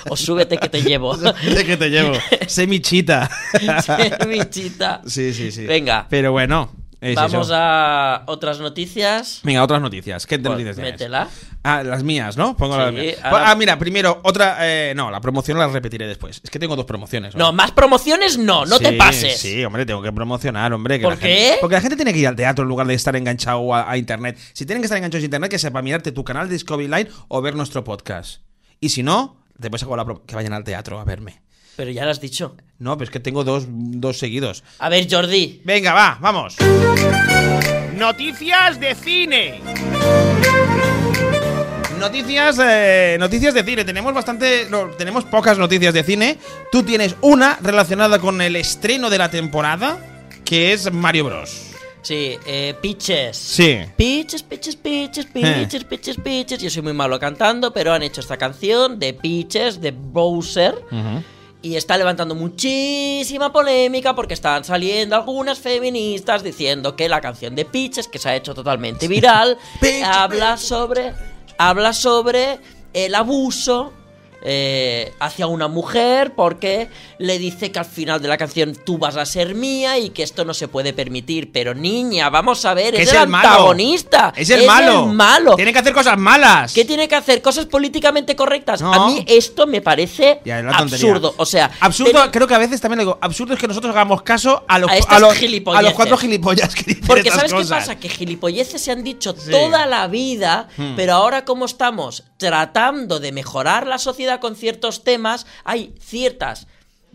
S3: o súbete que te
S4: [laughs]
S3: llevo.
S4: Sé
S3: [laughs]
S4: que te llevo. Semichita.
S3: Bichita.
S4: [laughs] sí, sí, sí.
S3: Venga.
S4: Pero bueno. es
S3: Vamos
S4: eso.
S3: a otras noticias.
S4: Venga, otras noticias. ¿Qué te
S3: Pues,
S4: noticias tienes?
S3: métela.
S4: Ah, las mías, ¿no? Pongo las
S3: Sí,
S4: mías.
S3: ahora-
S4: Ah, mira, primero, otra. eh, no, la promoción la repetiré después. Es que tengo dos promociones.
S3: No,
S4: ahora.
S3: más promociones no, no te
S4: Sí,
S3: pases.
S4: Sí, hombre, tengo que promocionar, hombre. que
S3: ¿Por
S4: la gente-
S3: qué?
S4: porque la gente tiene que ir al teatro en lugar de estar enganchado a, a internet. Si tienen que estar enganchados a internet, que sepa mirarte tu canal de Discovery Line o ver nuestro podcast. Y si no, te puedes hacer la pro- que vayan al teatro a verme.
S3: Pero ya lo has dicho.
S4: No, pero es que tengo dos, dos seguidos.
S3: A ver, Jordi,
S4: Venga, va, vamos.
S2: Noticias de cine.
S4: Noticias, eh, noticias de cine. Tenemos bastante, no, tenemos pocas noticias de cine. Tú tienes una relacionada con el estreno de la temporada, que es Mario Bros.
S3: sí, eh, pitches.
S4: Sí.
S3: Pitches, pitches, pitches, pitches, pitches, pitches. Yo soy muy malo cantando, pero han hecho esta canción de pitches de Bowser. Y está levantando muchísima polémica porque están saliendo algunas feministas diciendo que la canción de Pitches, que se ha hecho totalmente
S4: [laughs]
S3: viral,
S4: Pitches,
S3: habla sobre. Habla sobre el abuso. eh, hacia una mujer porque le dice que al final de la canción tú vas a ser mía y que esto no se puede permitir. Pero niña, vamos a ver,
S4: Que
S3: es,
S4: es
S3: el,
S4: el malo.
S3: antagonista.
S4: Es el malo.
S3: el malo.
S4: Tiene que hacer cosas malas.
S3: ¿Qué tiene que hacer? Cosas políticamente correctas.
S4: No.
S3: A mí esto me parece
S4: Ya, es la tontería.
S3: absurdo. O sea,
S4: absurdo,
S3: ten-
S4: creo que a veces también le digo, absurdo es que nosotros hagamos caso a los,
S3: A
S4: a
S3: estas
S4: los,
S3: gilipolleces.
S4: a los cuatro gilipollas que dicen
S3: Porque
S4: estas
S3: ¿sabes qué
S4: cosas.
S3: pasa? Que gilipolleces se han dicho toda la vida,
S4: Hmm.
S3: pero ahora como estamos tratando de mejorar la sociedad con ciertos temas, hay ciertas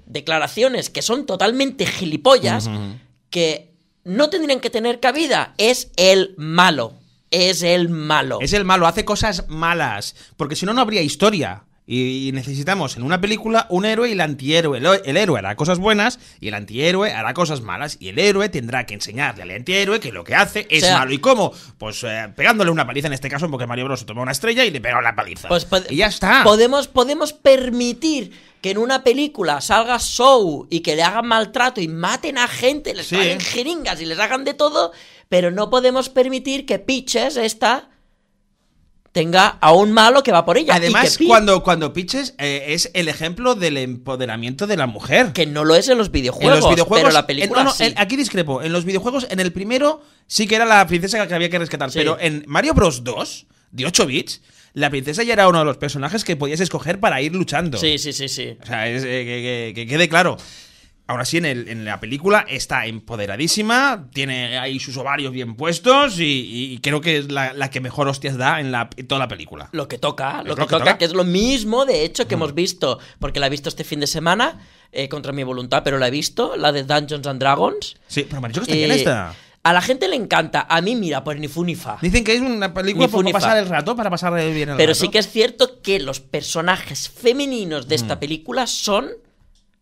S3: declaraciones que son totalmente gilipollas
S4: Hmm,
S3: que no tendrían que tener cabida. Es el malo. Es el malo.
S4: Es el malo, hace cosas malas. Porque si no, no habría historia. Y necesitamos en una película un héroe y el antihéroe. El, el héroe hará cosas buenas y el antihéroe hará cosas malas. Y el héroe tendrá que enseñarle al antihéroe que lo que hace es
S3: sea-
S4: malo. ¿Y cómo? Pues eh, pegándole una paliza en este caso, porque Mario Bros. se tomó una estrella y le pegó la paliza.
S3: Pues pod-
S4: y ya está.
S3: Podemos, podemos permitir que en una película salga show y que le hagan maltrato y maten a gente, les
S4: Sí.
S3: paguen jeringas y les hagan de todo, pero no podemos permitir que Pitches esta tenga a un malo que va por ella. y
S4: Además,
S3: que Pi-
S4: cuando, cuando pitches eh, es el ejemplo del empoderamiento de la mujer.
S3: que no lo es en los videojuegos, pero la película
S4: en- no, no,
S3: sí.
S4: en- aquí discrepo. En los videojuegos, en el primero sí que era la princesa que había que rescatar,
S3: Sí.
S4: pero en Mario Bros 2, de 8 bits, la princesa ya era uno de los personajes que podías escoger para ir luchando.
S3: Sí, sí, sí, sí.
S4: O sea, es, eh, que, que- que quede claro. Ahora sí, en, el- en la película está empoderadísima, tiene ahí sus ovarios bien puestos y, y creo que es la, la que mejor hostias da en, la, en toda la película.
S3: Lo que toca, lo
S4: Es
S3: que, toca, que es lo mismo, de hecho, que hemos visto, porque la he visto este fin de semana, eh, contra mi voluntad, pero la he visto, la de Dungeons and Dragons.
S4: Sí, pero me han dicho que está
S3: Eh,
S4: bien esta.
S3: A la gente le encanta. A mí, mira, pues ni fu ni fa.
S4: Dicen que es una película
S3: Ni fu ni
S4: para
S3: fa.
S4: pasar el rato, para pasar bien el
S3: Pero
S4: rato.
S3: sí que es cierto que los personajes femeninos de esta película son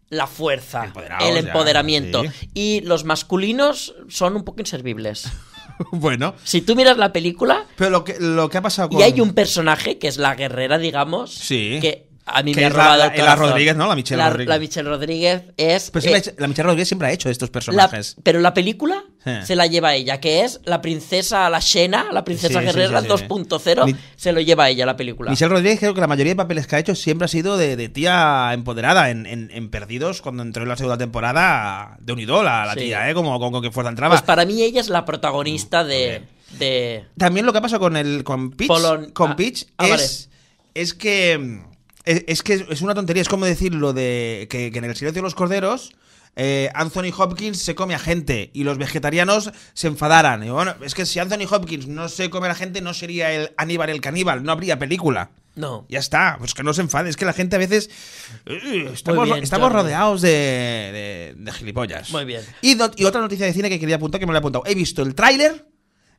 S3: la fuerza,
S4: Mm. Empoderados
S3: el
S4: ya,
S3: empoderamiento.
S4: sí.
S3: Y los masculinos son un poco inservibles.
S4: [laughs] Bueno,
S3: Si tú miras la película
S4: pero lo que, lo que ha pasado con...
S3: y hay un personaje que es la guerrera, digamos,
S4: Sí.
S3: que a mí
S4: Que
S3: me ha
S4: es la-
S3: robado
S4: la-
S3: el
S4: la
S3: corazón.
S4: Rodríguez, ¿no? La Michelle Rodríguez.
S3: La Michelle Rodríguez es...
S4: Pero
S3: eh,
S4: siempre ha hecho- la Michelle Rodríguez siempre ha hecho estos
S3: La-
S4: personajes.
S3: pero la película
S4: Sí.
S3: se la lleva ella, que es la princesa, la Xena, la princesa
S4: Sí, sí,
S3: guerrera
S4: sí, sí.
S3: 2.0,
S4: Ni-
S3: se lo lleva ella la película.
S4: Michelle Rodríguez creo que la mayoría de papeles que ha hecho siempre ha sido de, de tía empoderada en, en- en Perdidos cuando entró en la segunda temporada de un idol a la
S3: Sí.
S4: tía, ¿eh? Como con, con que fuerza entraba.
S3: pues para mí ella es la protagonista de... de-
S4: También lo que ha pasado con el con Peach,
S3: Polon-
S4: con
S3: ah,
S4: Peach
S3: Álvarez.
S4: es, es que mm, es, es que es una tontería, es como decir lo de que, que en el silencio de los corderos eh, Anthony Hopkins se come a gente y los vegetarianos se enfadaran. Y bueno, es que si Anthony Hopkins no se come a la gente no sería el Aníbal el caníbal, no habría película.
S3: No.
S4: Ya está, pues que no se enfade, es que la gente a veces eh, estamos,
S3: bien,
S4: estamos
S3: Jordi.
S4: rodeados de, de- de gilipollas.
S3: Muy bien.
S4: Y, no- y otra noticia de cine que quería apuntar, que me lo he apuntado. He visto el tráiler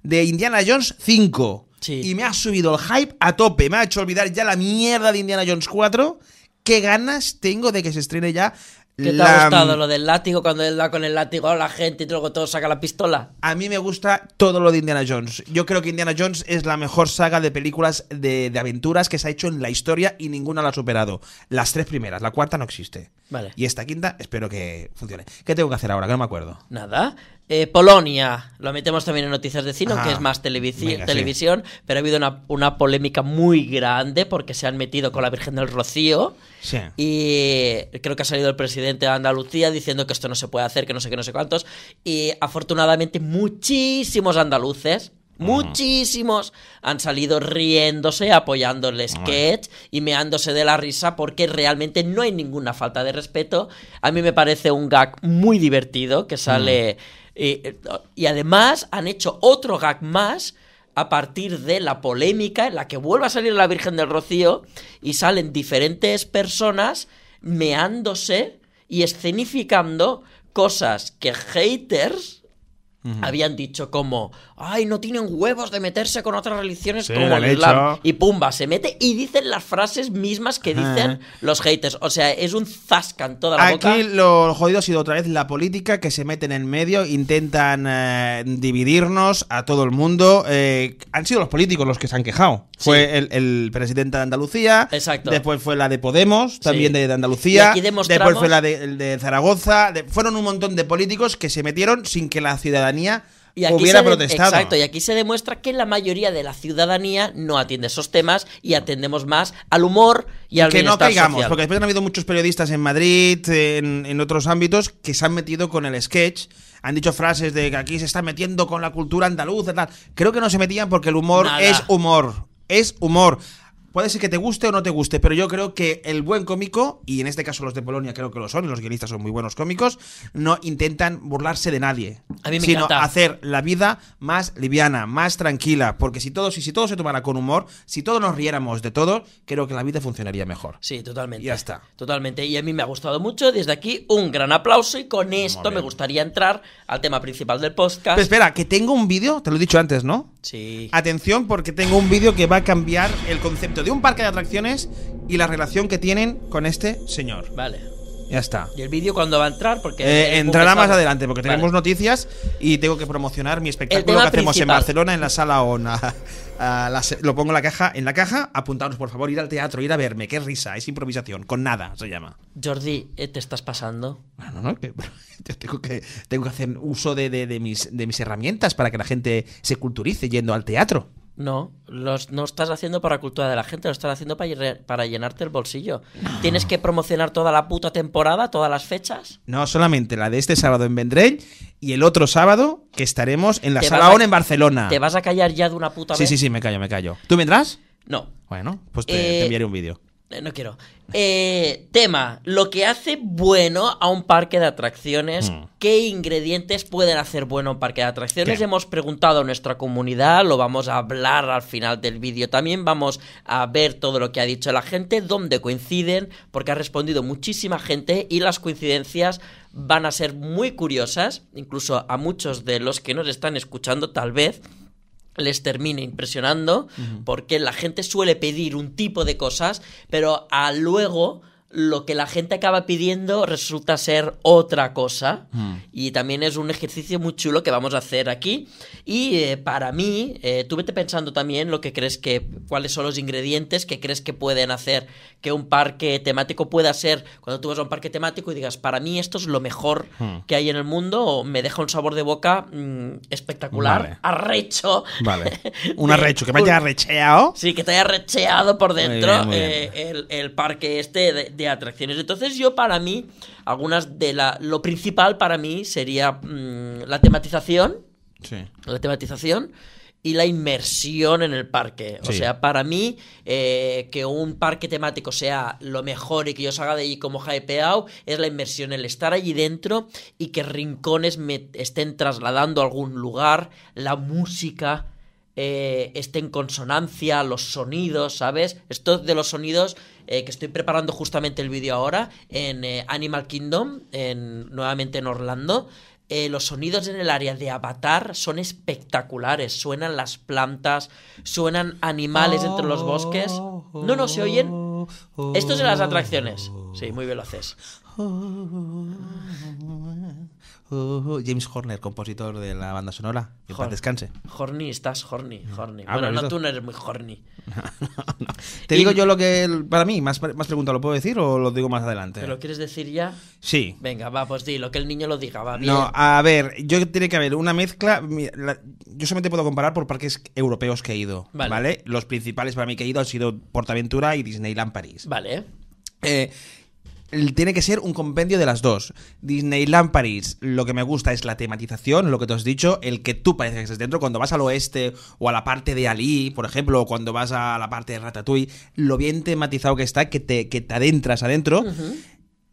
S4: de Indiana Jones 5.
S3: Sí.
S4: Y me ha subido el hype a tope. Me ha hecho olvidar ya la mierda de Indiana Jones 4. Qué ganas tengo de que se estrene ya
S3: ¿Qué te
S4: la-
S3: ha gustado lo del látigo cuando él da con el látigo a la gente y luego todo saca la pistola?
S4: A mí me gusta todo lo de Indiana Jones. Yo creo que Indiana Jones es la mejor saga de películas de, de aventuras que se ha hecho en la historia y ninguna la ha superado. Las tres primeras, la cuarta no existe.
S3: Vale.
S4: Y esta quinta espero que funcione. ¿Qué tengo que hacer ahora? Que no me acuerdo.
S3: Nada. Eh, Polonia, lo metemos también en noticias de cine,
S4: Ah,
S3: que es más televici-
S4: venga, sí.
S3: televisión, pero ha habido una, una polémica muy grande porque se han metido con la Virgen del Rocío.
S4: Sí.
S3: Y creo que ha salido el presidente de Andalucía diciendo que esto no se puede hacer, que no sé qué, no sé cuántos. Y afortunadamente muchísimos andaluces, muchísimos, han salido riéndose, apoyando el sketch y meándose de la risa porque realmente no hay ninguna falta de respeto. A mí me parece un gag muy divertido que sale... Y, y además han hecho otro gag más a partir de la polémica en la que vuelve a salir la Virgen del Rocío y salen diferentes personas meándose y escenificando cosas que haters habían dicho como, ay, no tienen huevos de meterse con otras religiones
S2: Sí,
S3: como
S2: la
S3: el
S2: han
S3: Islam.
S2: hecho.
S3: Y pumba, se mete y dicen las frases mismas que dicen los haters. O sea, es un zasca en toda la boca.
S4: Aquí lo jodido ha sido otra vez la política que se meten en medio, intentan eh, dividirnos a todo el mundo. eh, han sido los políticos los que se han quejado. Fue el, el presidente de Andalucía.
S3: Exacto.
S4: Después fue la de Podemos, también de, de
S3: Y
S4: Andalucía.
S3: aquí demostramos-
S4: Después fue la de, el de Zaragoza. de- fueron un montón de políticos que se metieron sin que la ciudadanía
S3: Y aquí
S4: Hubiera
S3: se de-
S4: protestado.
S3: Exacto, y aquí se demuestra que la mayoría de la ciudadanía no atiende esos temas y atendemos más al humor y al
S4: que no
S3: bienestar
S4: caigamos,
S3: social.
S4: porque después han habido muchos periodistas en Madrid, en, en otros ámbitos, que se han metido con el sketch. Han dicho frases de que aquí se está metiendo con la cultura andaluza, tal. Creo que no se metían porque el humor
S3: Nada.
S4: es humor. Es humor. Puede ser que te guste o no te guste, pero yo creo que el buen cómico, y en este caso los de Polonia creo que lo son, y los guionistas son muy buenos cómicos, no intentan burlarse de nadie.
S3: A mí me
S4: sino
S3: encanta.
S4: hacer la vida más liviana, más tranquila. Porque si todo, si, si todo se tomara con humor, si todos nos riéramos de todo, creo que la vida funcionaría mejor.
S3: Sí, totalmente.
S4: Ya está.
S3: Totalmente. Y a mí me ha gustado mucho. Desde aquí, un gran aplauso. Y con esto
S4: bien.
S3: me gustaría entrar al tema principal del podcast.
S4: Pero espera, que tengo un vídeo, te lo he dicho antes, ¿no?
S3: sí.
S4: Atención, porque tengo un vídeo que va a cambiar el concepto de un parque de atracciones y la relación que tienen con este señor.
S3: Vale.
S4: Ya está.
S3: ¿Y el vídeo cuándo va a entrar? Porque.
S4: Eh,
S3: eh,
S4: entrará
S3: publicado.
S4: más adelante porque tenemos
S3: Vale.
S4: noticias y tengo que promocionar mi espectáculo que
S3: tema
S4: hacemos en
S3: principal.
S4: Barcelona en la sala ONA. A [laughs] la se- lo pongo en la caja, en la caja, apuntaros por favor, ir al teatro, ir a verme, qué risa, es improvisación, con nada se llama.
S3: Jordi, eh, te estás pasando.
S4: Ah, No, no, no, que- [laughs] yo tengo que, tengo que hacer uso de, de- de mis, de mis herramientas para que la gente se culturice yendo al teatro.
S3: No, los, no estás haciendo para cultura de la gente, lo estás haciendo para, llen- para llenarte el bolsillo. Tienes que promocionar toda la puta temporada, todas las fechas.
S4: No, solamente la de este sábado en Vendrell y el otro sábado que estaremos en la
S3: Te
S4: sala
S3: vas a-
S4: ONA en Barcelona.
S3: ¿Te vas a callar ya de una puta
S4: Ah. sí,
S3: vez?
S4: sí, sí, me callo, me callo. ¿Tú vendrás?
S3: No,
S4: Bueno, pues te,
S3: Eh,
S4: te enviaré un vídeo.
S3: Eh, No quiero. Eh, tema, lo que hace bueno a un parque de atracciones, ¿qué ingredientes pueden hacer bueno a un parque de atracciones?
S4: ¿Qué?
S3: Hemos preguntado a nuestra comunidad, lo vamos a hablar al final del vídeo también, vamos a ver todo lo que ha dicho la gente, dónde coinciden, porque ha respondido muchísima gente y las coincidencias van a ser muy curiosas, incluso a muchos de los que nos están escuchando tal vez les termine impresionando, porque la gente suele pedir un tipo de cosas, pero a luego lo que la gente acaba pidiendo resulta ser otra cosa. Y también es un ejercicio muy chulo que vamos a hacer aquí. Y eh, para mí, eh, tú vete pensando también lo que crees que, cuáles son los ingredientes que crees que pueden hacer que un parque temático pueda ser, cuando tú vas a un parque temático y digas, para mí esto es lo mejor
S4: Hmm.
S3: que hay en el mundo, o me deja un sabor de boca mm, espectacular,
S4: Vale.
S3: arrecho.
S4: Vale. [laughs] Un
S3: de-
S4: arrecho, que vaya
S3: un-
S4: arrecheado.
S3: [laughs] Sí, que te haya recheado por
S4: bien,
S3: dentro
S4: muy bien.
S3: eh, el, el parque este de, de atracciones. Entonces yo para mí, algunas de la... Lo principal para mí sería mm, la tematización,
S4: Sí.
S3: la tematización y la inmersión en el parque. O
S4: Sí.
S3: sea, para mí, eh, que un parque temático sea lo mejor y que yo salga de allí como hypeado, es la inmersión, el estar allí dentro y que rincones me estén trasladando a algún lugar, la música. eh, esté en consonancia, los sonidos, ¿sabes? Esto de los sonidos eh, que estoy preparando justamente el vídeo ahora en eh, Animal Kingdom, en, nuevamente en Orlando. Eh, los sonidos en el área de Avatar son espectaculares. Suenan las plantas, suenan animales entre los bosques. No, no, se oyen. Esto es en las atracciones. Sí, muy bien lo haces.
S4: James Horner, compositor de la banda sonora. Que en paz
S3: Joder.
S4: descanse.
S3: Horny, estás horny, horny.
S4: Ah,
S3: bueno,
S4: pero
S3: no,
S4: eso-
S3: tú no eres muy horny.
S4: Te
S3: Y-
S4: digo yo lo que el- para mí, más, más preguntas, ¿lo puedo decir o lo digo más adelante?
S3: ¿Te lo quieres decir ya?
S4: Sí.
S3: Venga, va, pues lo que el niño lo diga, va bien.
S4: No, ah. a ver, yo tiene que haber una mezcla. mira, la- yo solamente puedo comparar por parques europeos que he ido,
S3: Vale.
S4: vale. Los principales para mí que he ido han sido Portaventura y Disneyland París.
S3: Vale.
S4: Eh, el- tiene que ser un compendio de las dos. Disneyland París, lo que me gusta es la tematización, lo que te has dicho, el que tú parezcas que estés dentro. Cuando vas al oeste o a la parte de Ali, por ejemplo, o cuando vas a la parte de Ratatouille, lo bien tematizado que está, que te, que te adentras adentro.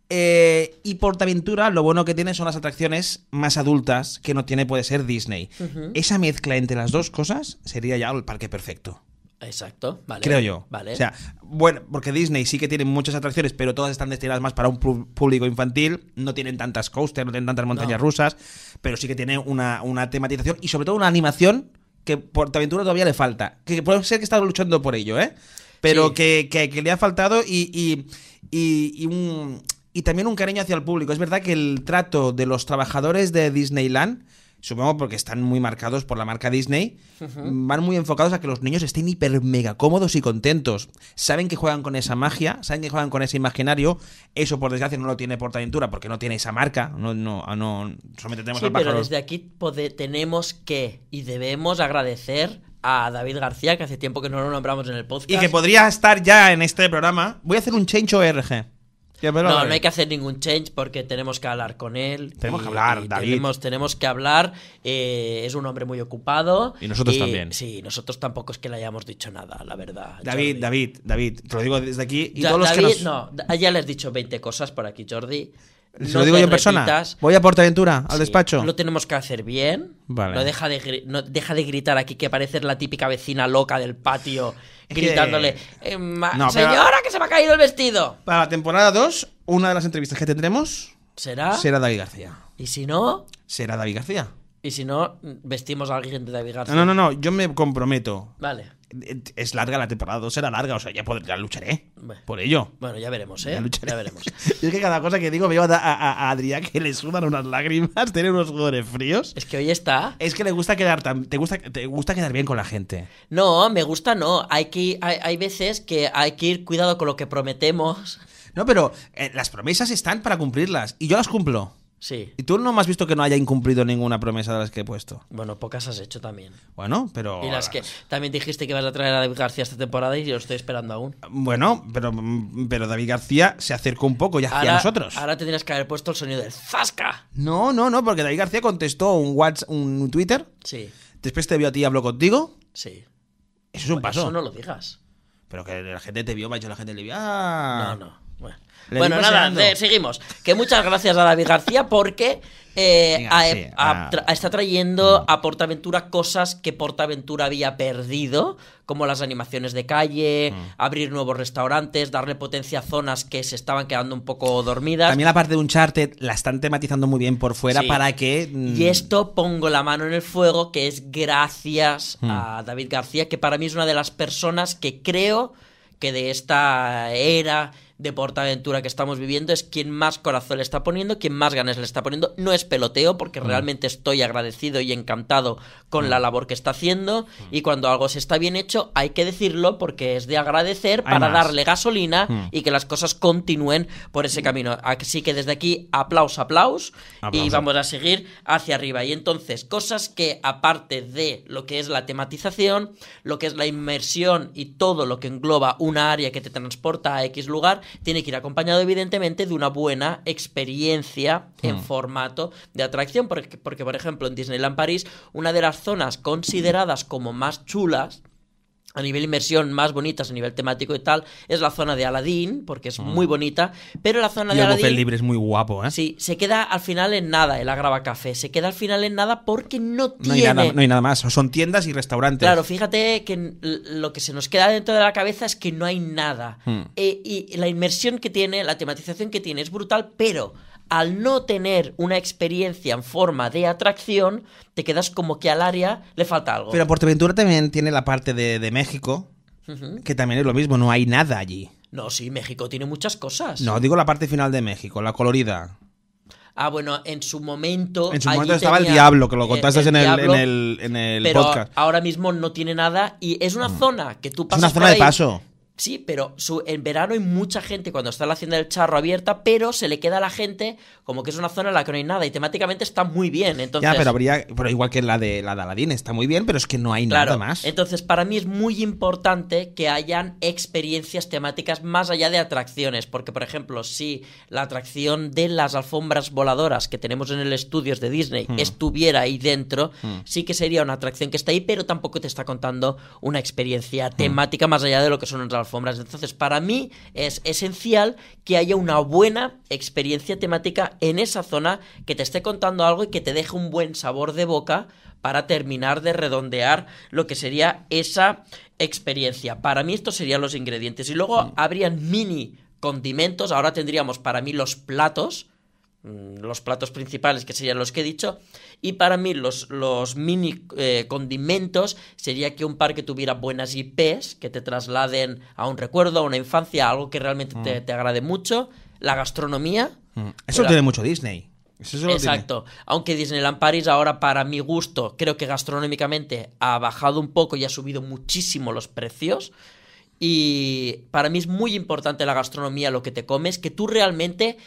S4: Eh, y Portaventura, lo bueno que tiene son las atracciones más adultas que no tiene, puede ser Disney. Esa mezcla entre las dos cosas sería ya el parque perfecto.
S3: Exacto, vale.
S4: Creo yo.
S3: Vale.
S4: O sea, bueno, porque Disney sí que tiene muchas atracciones, pero todas están destinadas más para un pu- público infantil. No tienen tantas coasters, no tienen tantas montañas
S3: No.
S4: rusas, pero sí que tiene una, una tematización y sobre todo una animación que Portaventura todavía le falta. Que puede ser que está luchando por ello, ¿eh? Pero
S3: Sí.
S4: que, eh, que- que le ha faltado y, y, y- y un- y también un cariño hacia el público. Es verdad que el trato de los trabajadores de Disneyland supongo porque están muy marcados por la marca Disney, van muy enfocados a que los niños estén hiper mega cómodos y contentos. Saben que juegan con esa magia, saben que juegan con ese imaginario. Eso, por desgracia, no lo tiene Portaventura porque no tiene esa marca. No, no, no, solamente tenemos
S3: Sí,
S4: al
S3: pero
S4: pájaro.
S3: desde aquí pode- tenemos que y debemos agradecer a David García, que hace tiempo que no lo nombramos en el podcast.
S4: Y que podría estar ya en este programa. Voy a hacer un change ORG. Ya me lo
S3: no,
S4: haré.
S3: no hay que hacer ningún change porque tenemos que hablar con él.
S4: Tenemos que hablar, David.
S3: Tenemos, tenemos que hablar. eh, es un hombre muy ocupado.
S4: Y nosotros también.
S3: Sí, nosotros tampoco es que le hayamos dicho nada, la verdad.
S4: David,
S3: Jordi.
S4: David, David, te lo digo desde aquí. Y
S3: Ya,
S4: todos los que
S3: David,
S4: nos-
S3: no, da- ya le has dicho 20 cosas por aquí, Jordi.
S4: Se
S3: No
S4: lo digo
S3: te
S4: yo en persona.
S3: repitas.
S4: Voy a Portaventura, al
S3: Sí,
S4: despacho.
S3: Lo tenemos que hacer bien.
S4: Vale.
S3: No, deja de, gri- no deja de gritar aquí que pareces la típica vecina loca del
S4: [laughs]
S3: patio gritándole: "Eh, ma-
S4: No, pero-
S3: ¡Señora, que se me ha caído el vestido!
S4: Para la temporada 2, una de las entrevistas que tendremos
S3: ¿Será?
S4: será David García.
S3: ¿Y si no?
S4: Será David García.
S3: Y si no, vestimos a alguien de David García.
S4: No, no, no, no, yo me comprometo.
S3: Vale.
S4: Es larga la temporada 2, será larga, o sea, ya, podré- ya lucharé.
S3: Bueno. [laughs]
S4: Por ello.
S3: Bueno, ya veremos, ¿eh?
S4: Ya lucharé.
S3: veremos.
S4: Yo es que cada cosa que digo veo a, a- a- a Adrián que le sudan unas lágrimas, [laughs] tiene unos sudores fríos.
S3: Es que hoy está.
S4: Es que le gusta quedar tan- te gusta te gusta quedar bien con la gente.
S3: No, me gusta, no. Hay, que, ir- hay, hay veces que hay que ir cuidado con lo que prometemos.
S4: No, pero eh, las promesas están para cumplirlas y yo las cumplo.
S3: Sí.
S4: Y tú no me has visto que no haya incumplido ninguna promesa de las que he puesto.
S3: Bueno, pocas has hecho también.
S4: Bueno, pero
S3: Y las que también dijiste que vas a traer a David García esta temporada y yo lo estoy esperando aún.
S4: Bueno, pero, pero David García se acercó un poco ya hacia
S3: ahora,
S4: nosotros.
S3: Ahora tendrías que haber puesto el sonido del ¡Zasca!
S4: No, no, no, porque David García contestó un WhatsApp, un Twitter.
S3: Sí,
S4: Después te vio a ti y habló contigo.
S3: sí.
S4: Eso es un paso.
S3: Eso no lo digas.
S4: Pero que la gente te vio, macho, la gente le vio. Ah.
S3: No, no. Bueno,
S4: Le
S3: Bueno,
S4: vi
S3: nada,
S4: paseando.
S3: de- seguimos. Que muchas gracias a David García porque eh,
S4: Venga,
S3: ha-
S4: sí, Mm.
S3: ha-
S4: ah.
S3: tra- está trayendo a Portaventura cosas que Portaventura había perdido, como las animaciones de calle,
S4: Mm.
S3: abrir nuevos restaurantes, darle potencia a zonas que se estaban quedando un poco dormidas.
S4: También la parte de Uncharted la están tematizando muy bien por fuera
S3: Sí.
S4: para que. mm,
S3: Y esto pongo la mano en el fuego, que es gracias
S4: Mm.
S3: a David García, que para mí es una de las personas que creo que de esta era de Portaventura que estamos viviendo es quien más corazón le está poniendo, quien más ganas le está poniendo. No es peloteo,
S4: Mm.
S3: porque realmente estoy agradecido y encantado con la labor que está haciendo.
S4: Mm.
S3: Y cuando algo se está bien hecho, hay que decirlo porque es de agradecer
S4: Hay
S3: para
S4: más.
S3: darle gasolina y que las cosas continúen por ese camino. Así que desde aquí, aplauso, aplauso. Y
S4: Aplauso.
S3: vamos a seguir hacia arriba. Y entonces, cosas que aparte de lo que es la tematización, lo que es la inmersión y todo lo que engloba una área que te transporta a X lugar, tiene que ir acompañado evidentemente de una buena experiencia en formato de atracción. Porque, porque, por ejemplo, en Disneyland París, una de las zonas consideradas como más chulas a nivel inmersión más bonitas a nivel temático y tal es la zona de Aladdin porque es muy bonita pero la zona
S4: Ah. Y
S3: de
S4: el buffet
S3: Aladdin
S4: libre es muy guapo, ¿eh?
S3: Sí, se queda al final en nada el Agrava Café. Se queda al final en nada porque no tiene.
S4: No hay, nada, no hay nada más. Son tiendas y restaurantes.
S3: Claro, fíjate que n- l- lo que se nos queda dentro de la cabeza es que no hay nada.
S4: Hmm.
S3: E- y la inmersión que tiene, la tematización que tiene es brutal, pero al no tener una experiencia en forma de atracción, te quedas como que al área le falta algo.
S4: Pero Portaventura también tiene la parte de, de México,
S3: Ujú.
S4: que también es lo mismo, no hay nada allí.
S3: No, sí, México tiene muchas cosas.
S4: No, digo la parte final de México, la colorida.
S3: Ah, bueno, en su momento.
S4: En su
S3: allí
S4: momento estaba el
S3: Oh, tenía-
S4: diablo, que lo
S3: eh,
S4: contaste en, el, en
S3: diablo,
S4: el, en el
S3: pero
S4: podcast. Mm.
S3: ahora mismo no tiene nada y es una zona que tú
S4: Es
S3: pasas
S4: una
S3: por
S4: zona de
S3: ahí.
S4: paso.
S3: Sí, pero su- en verano hay mucha gente cuando está la hacienda del charro abierta, pero se le queda a la gente como que es una zona en la que no hay nada y temáticamente está muy bien. Entonces,
S4: ya, pero habría. Pero igual que la de la de Aladín, está muy bien, pero es que no hay
S3: claro,
S4: nada más.
S3: entonces para mí es muy importante que hayan experiencias temáticas más allá de atracciones, porque por ejemplo, si la atracción de las alfombras voladoras que tenemos en el estudios de Disney
S4: Hmm.
S3: estuviera ahí dentro, sí que sería una atracción que está ahí, pero tampoco te está contando una experiencia
S4: Hmm.
S3: temática más allá de lo que son las alfombras. Entonces, para mí es esencial que haya una buena experiencia temática en esa zona que te esté contando algo y que te deje un buen sabor de boca para terminar de redondear lo que sería esa experiencia. Para mí estos serían los ingredientes. Y luego habrían mini condimentos. Ahora tendríamos para mí los platos mm, los platos principales que serían los que he dicho y para mí los, los mini eh, condimentos sería que un parque tuviera buenas IPs que te trasladen a un recuerdo, a una infancia, a algo que realmente te, te agrade mucho, la gastronomía
S4: Mm. Eso lo
S3: Pero-
S4: tiene mucho Disney. Eso solo tiene.
S3: Exacto. Aunque Disneyland Paris ahora, para mi gusto, creo que gastronómicamente ha bajado un poco y ha subido muchísimo los precios. Y para mí es muy importante la gastronomía, lo que te comes, que tú realmente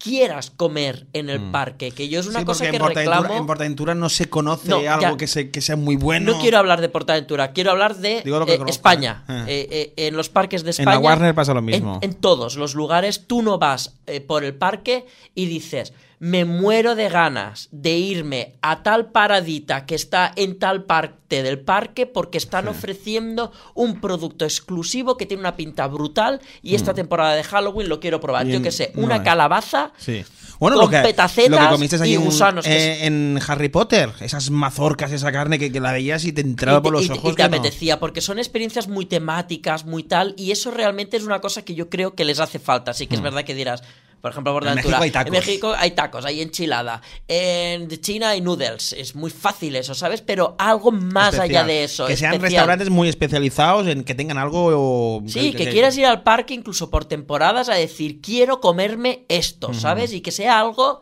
S3: quieras comer en el parque. Que yo es una
S4: Mm. Sí,
S3: cosa
S4: porque
S3: que
S4: en Portaventura,
S3: reclamo.
S4: en Portaventura no se conoce
S3: No, ya.
S4: algo que, se- que sea muy bueno.
S3: No quiero hablar de Portaventura, quiero hablar de
S4: Digo lo que
S3: eh,
S4: conozco,
S3: España.
S4: eh.
S3: Eh, eh, en los parques de
S4: En
S3: España.
S4: la Warner pasa lo mismo.
S3: En, en todos los lugares, tú no vas eh, por el parque y dices, me muero de ganas de irme a tal paradita que está en tal parte del parque porque están ofreciendo un producto exclusivo que tiene una pinta brutal y esta temporada de Halloween lo quiero probar.
S4: Mm. Y
S3: Yo
S4: en-
S3: qué sé,
S4: no
S3: una
S4: hay.
S3: calabaza
S4: Sí. Bueno,
S3: con
S4: lo que,
S3: petacetas
S4: lo que comiste allí
S3: y
S4: en-
S3: gusanos. que
S4: eh, en Harry Potter, esas mazorcas, esa carne que, que la veías y te entraba
S3: Y te-
S4: por los
S3: y te-
S4: ojos.
S3: Y te
S4: que no.
S3: apetecía, porque son experiencias muy temáticas, muy tal, y eso realmente es una cosa que yo creo que les hace falta. Así que es verdad que dirás, por ejemplo, Bordaventura.
S4: Hmm. México hay tacos.
S3: En México hay tacos, hay enchilada. En China hay noodles. Es muy fácil eso, ¿sabes? Pero algo más allá
S4: Especial.
S3: de eso.
S4: Que sean
S3: especial.
S4: restaurantes muy especializados en que tengan algo. o-
S3: Sí, que quieras ir al parque incluso por temporadas a decir, quiero comerme esto, ¿sabes? Y que sea algo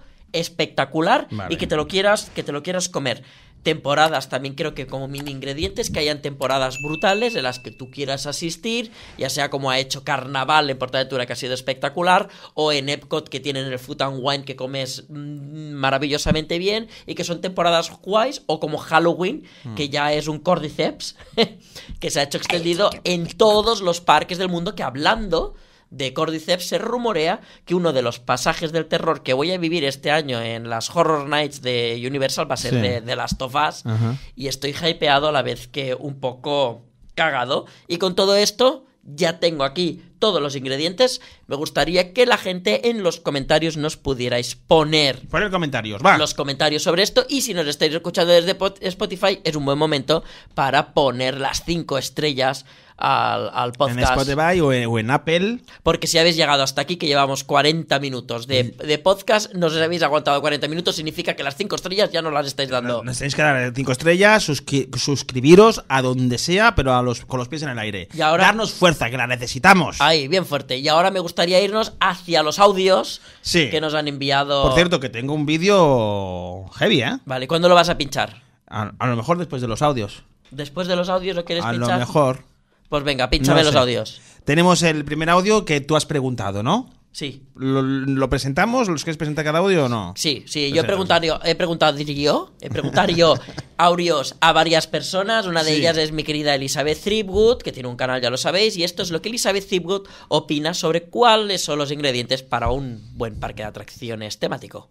S3: espectacular
S4: Vale.
S3: y que te lo quieras, que te lo quieras comer. Temporadas también creo que como mini ingredientes que hayan temporadas brutales en las que tú quieras asistir, ya sea como ha hecho Carnaval en Portaventura que ha sido espectacular, o en Epcot que tienen el Food and Wine que comes mm, maravillosamente bien y que son temporadas guays, o como Halloween que ya es un Cordyceps [laughs] que se ha hecho extendido en todos los parques del mundo que hablando de Cordyceps se rumorea que uno de los pasajes del terror que voy a vivir este año en las Horror Nights de Universal va a ser
S4: Sí.
S3: de, de Last of Us
S4: Ajá.
S3: y estoy hypeado a la vez que un poco cagado y con todo esto ya tengo aquí todos los ingredientes me gustaría que la gente en los comentarios nos pudierais poner
S4: Poner comentarios, va.
S3: los comentarios sobre esto y si nos estáis escuchando desde pot- Spotify es un buen momento para poner las cinco estrellas al, al
S4: en
S3: podcast.
S4: Spotify o en, o en Apple.
S3: Porque si habéis llegado hasta aquí, que llevamos 40 minutos de, de podcast, no os habéis aguantado 40 minutos, significa que las cinco estrellas ya no las estáis dando.
S4: Nos tenéis que dar cinco estrellas, suscri- suscribiros a donde sea, pero a los, con los pies en el aire.
S3: Y ahora-
S4: Darnos fuerza, que la necesitamos.
S3: Ahí, bien fuerte. Y ahora me gustaría irnos hacia los audios
S4: Sí.
S3: que nos han enviado.
S4: Por cierto, que tengo un vídeo heavy, ¿eh?
S3: Vale, ¿cuándo lo vas a pinchar?
S4: A, a lo mejor después de los audios.
S3: ¿Después de los audios lo quieres
S4: A lo
S3: pinchar?
S4: mejor.
S3: Pues venga, pínchame
S4: No
S3: los
S4: sé.
S3: audios.
S4: Tenemos el primer audio que tú has preguntado, ¿no?
S3: Sí.
S4: ¿Lo, lo presentamos? ¿Los quieres presentar cada audio o no?
S3: Sí, sí,
S4: Pues
S3: yo he
S4: era-
S3: preguntado, he preguntado yo, he preguntado yo audios a varias personas, una de
S4: Sí.
S3: ellas es mi querida Elizabeth Threepwood, que tiene un canal, ya lo sabéis, y esto es lo que Elizabeth Threepwood opina sobre cuáles son los ingredientes para un buen parque de atracciones temático.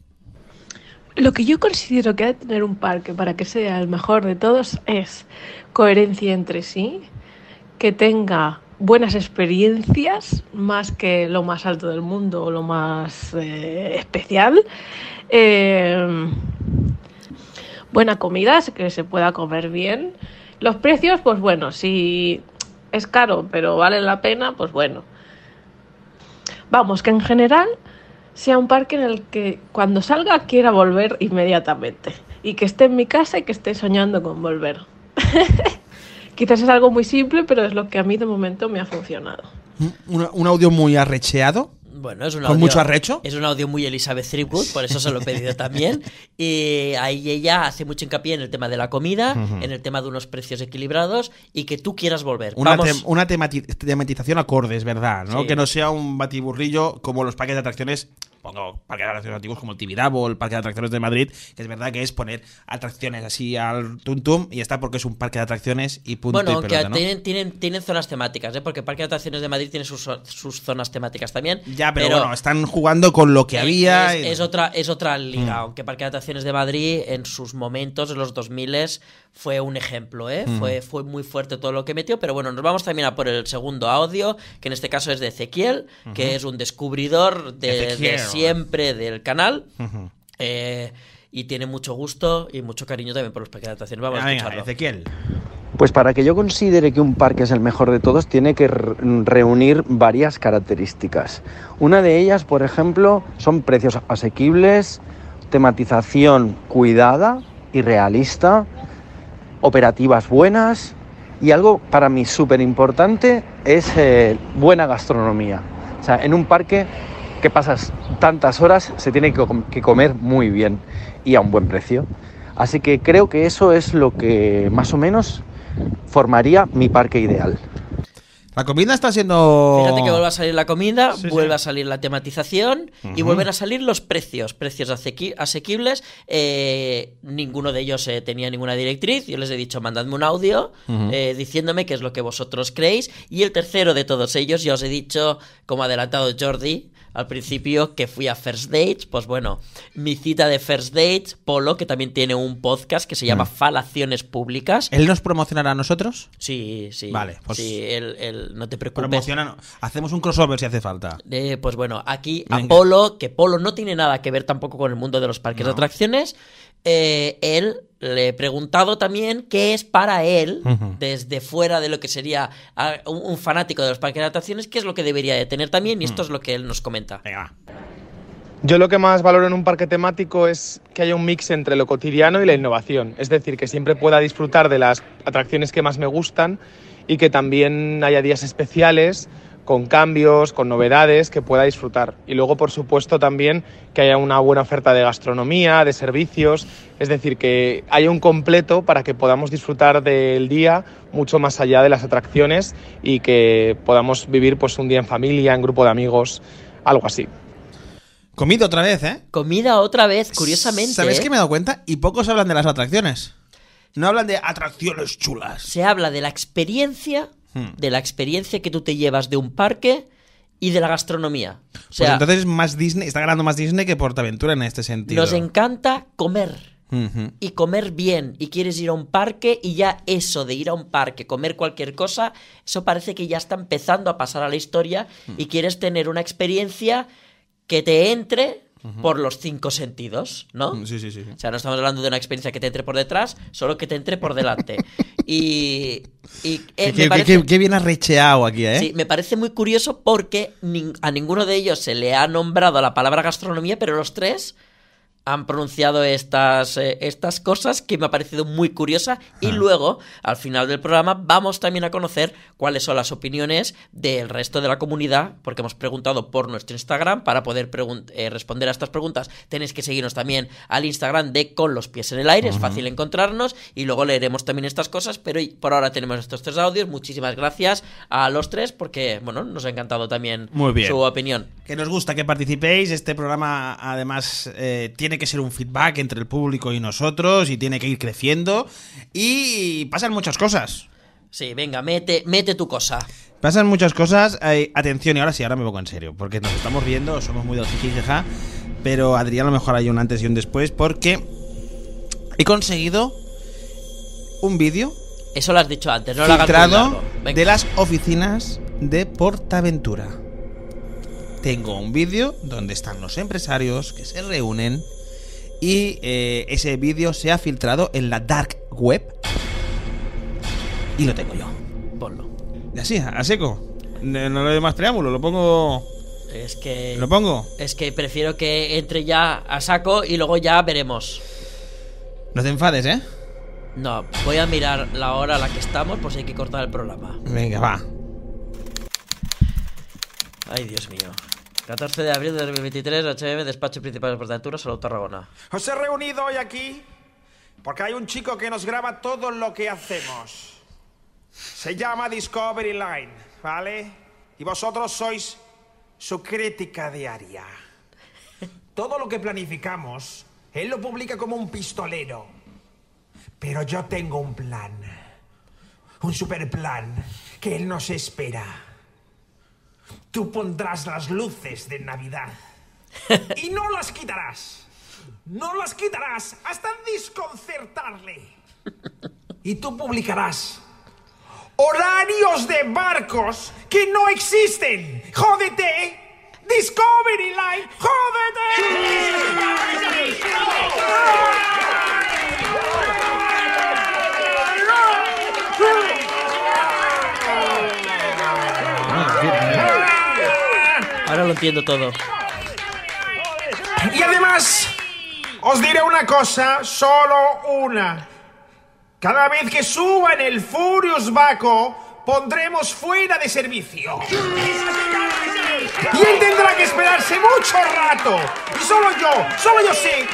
S5: Lo que yo considero que ha de tener un parque para que sea el mejor de todos es coherencia entre sí, que tenga buenas experiencias, más que lo más alto del mundo o lo más eh, especial. eh, buena comida, que se pueda comer bien. Los precios, pues bueno, si es caro pero vale la pena, pues bueno. Vamos, que en general sea un parque en el que cuando salga quiera volver inmediatamente y que esté en mi casa y que esté soñando con volver. [laughs] Quizás es algo muy simple, pero es lo que a mí de momento me ha funcionado.
S4: Un, un audio muy arrecheado.
S3: Bueno, es un
S4: ¿Con
S3: audio,
S4: mucho arrecho?
S3: Es un audio muy Elizabeth Threepwood, por eso se lo he pedido
S4: [laughs]
S3: también. Y ahí ella hace mucho hincapié en el tema de la comida, en el tema de unos precios equilibrados y que tú quieras volver.
S4: Una,
S3: Vamos.
S4: tem- una temati- tematización acorde, es verdad, ¿no?
S3: Sí.
S4: Que no sea un batiburrillo como los parques de atracciones, pongo parques de atracciones antiguos como el Tibidabo o el parque de atracciones de Madrid, que es verdad que es poner atracciones así al tuntum y ya está porque es un parque de atracciones y punto
S3: Bueno,
S4: y
S3: aunque
S4: pelota, ¿no?
S3: tienen, tienen, tienen zonas temáticas, ¿eh? porque Parque de Atracciones de Madrid tiene sus, sus zonas temáticas también.
S4: Ya, pero, bueno, están jugando con lo que
S3: eh,
S4: había.
S3: Es,
S4: y- Mm.
S3: es otra, es otra liga, aunque Parque de Atracciones de Madrid en sus momentos, en los 2000 fue un ejemplo, ¿eh?
S4: Mm.
S3: fue, fue muy fuerte todo lo que metió, pero bueno, nos vamos también a por el segundo audio, que en este caso es de Ezequiel, que es un descubridor de, de
S4: Ezequiel.
S3: siempre del canal. eh, y tiene mucho gusto y mucho cariño también por los parques de atracciones. Vamos
S4: Ah,
S3: a
S4: venga,
S3: escucharlo.
S4: Ezequiel.
S6: Pues para que yo considere que un parque es el mejor de todos, tiene que re- reunir varias características. Una de ellas, por ejemplo, son precios asequibles, tematización cuidada y realista, operativas buenas y algo para mí súper importante es eh, buena gastronomía. O sea, en un parque que pasas tantas horas, se tiene que com- que comer muy bien y a un buen precio. Así que creo que eso es lo que más o menos formaría mi parque ideal.
S4: La comida está siendo.
S3: Fíjate que vuelve a salir la comida,
S4: Sí, sí.
S3: vuelve a salir la tematización y
S4: Ujú.
S3: vuelven a salir los precios, precios asequi- asequibles. Eh, ninguno de ellos eh, tenía ninguna directriz. Yo les he dicho, mandadme un audio
S4: Ujú.
S3: eh, diciéndome qué es lo que vosotros creéis. Y el tercero de todos ellos, ya os he dicho, como ha adelantado Jordi. Al principio que fui a First Dates, pues bueno, mi cita de First Dates, Polo, que también tiene un podcast que se
S4: Mm.
S3: llama Falaciones Públicas.
S4: ¿Él nos promocionará a nosotros?
S3: Sí, sí.
S4: Vale, pues-
S3: Sí, él- él- no te preocupes.
S4: Promociona. Hacemos un crossover si hace falta.
S3: Eh, pues bueno, aquí
S4: Venga.
S3: Apolo, que Polo no tiene nada que ver tampoco con el mundo de los parques de atracciones, eh, él le he preguntado también qué es para él,
S4: Ujú.
S3: desde fuera de lo que sería ah, un un fanático de los parques de atracciones, qué es lo que debería de tener también, y esto es lo que él nos comenta.
S4: Venga, va.
S7: Yo lo que más valoro en un parque temático es que haya un mix entre lo cotidiano y la innovación. Es decir, que siempre pueda disfrutar de las atracciones que más me gustan y que también haya días especiales con cambios, con novedades que pueda disfrutar. Y luego, por supuesto, también que haya una buena oferta de gastronomía, de servicios, es decir, que haya un completo para que podamos disfrutar del día mucho más allá de las atracciones y que podamos vivir pues un día en familia, en grupo de amigos, algo así.
S4: Comido otra vez, ¿eh?
S3: Comida otra vez, curiosamente.
S4: ¿Sabes
S3: ¿eh?
S4: qué me he dado cuenta? Y pocos hablan de las atracciones. No hablan de atracciones chulas.
S3: Se habla de la experiencia,
S4: Hmm.
S3: de la experiencia que tú te llevas de un parque y de la gastronomía. O
S4: pues
S3: sea,
S4: entonces más Disney, está ganando más Disney que Portaventura en este sentido.
S3: nos encanta comer.
S4: Ujú.
S3: y comer bien y quieres ir a un parque y ya eso de ir a un parque, comer cualquier cosa, eso parece que ya está empezando a pasar a la historia
S4: Hmm.
S3: y quieres tener una experiencia que te entre por los cinco sentidos, ¿no?
S4: Hmm, Sí, sí, sí. sí.
S3: O sea, no estamos hablando de una experiencia que te entre por detrás, solo que te entre por
S4: [laughs]
S3: delante. y y, eh,
S4: Qué-
S3: me
S4: qué-
S3: parece-
S4: qué- qué bien arrecheado aquí, ¿eh?
S3: Sí, me parece muy curioso porque nin- a ninguno de ellos se le ha nombrado la palabra gastronomía, pero los tres han pronunciado estas, eh, estas cosas que me ha parecido muy curiosa.
S4: Ah.
S3: Y luego, al final del programa, vamos también a conocer cuáles son las opiniones del resto de la comunidad, porque hemos preguntado por nuestro Instagram para poder pregun- eh, responder a estas preguntas. Tenéis que seguirnos también al Instagram de Con los pies en el aire, es fácil encontrarnos. Y luego leeremos también estas cosas, pero y- por ahora tenemos estos tres audios. Muchísimas gracias a los tres, porque, bueno, nos ha encantado también
S4: Muy bien.
S3: su opinión.
S4: Que nos gusta que participéis. Este programa, además, eh, tiene que ser un feedback entre el público y nosotros y tiene que ir creciendo. Y pasan muchas cosas.
S3: Sí, venga, mete, mete tu cosa.
S4: Pasan muchas cosas. Eh, atención, y ahora sí, ahora me pongo en serio, porque nos estamos riendo, somos muy del jiji, jaja, Pero Adrián, a lo mejor hay un antes y un después, porque he conseguido un vídeo
S3: Eso lo has dicho antes, no lo hagas muy
S4: filtrado
S3: largo. Venga.
S4: de las oficinas de Portaventura. Tengo un vídeo donde están los empresarios que se reúnen y eh, ese vídeo se ha filtrado en la dark web y lo tengo yo.
S3: Ponlo.
S4: Y Así, a seco. No, no le doy más preámbulo, lo pongo.
S3: Es que.
S4: Lo pongo.
S3: Es que prefiero que entre ya a saco y luego ya veremos.
S4: No te enfades, ¿eh?
S3: No, voy a mirar la hora a la que estamos, pues hay que cortar el programa.
S4: Venga, va.
S3: Ay, Dios mío. 14 de abril de 2023, HM, Despacho Principal de Portaventura, Salud Tarragona.
S2: Os he reunido hoy aquí porque hay un chico que nos graba todo lo que hacemos. Se llama Discovery Line, ¿vale? Y vosotros sois su crítica diaria. Todo lo que planificamos, él lo publica como un pistolero. Pero yo tengo un plan. Un super plan que él nos espera. Tú pondrás las luces de Navidad. Y no las quitarás. No las quitarás hasta desconcertarle. Y tú publicarás horarios de barcos que no existen. ¡Jódete! ¡Discovery Line! ¡Jódete!
S3: Ahora lo entiendo todo.
S2: Y además, os diré una cosa, solo una. Cada vez que suban el Furious Baco, pondremos fuera de servicio. Y él tendrá que esperarse mucho rato. Y solo yo, solo yo sé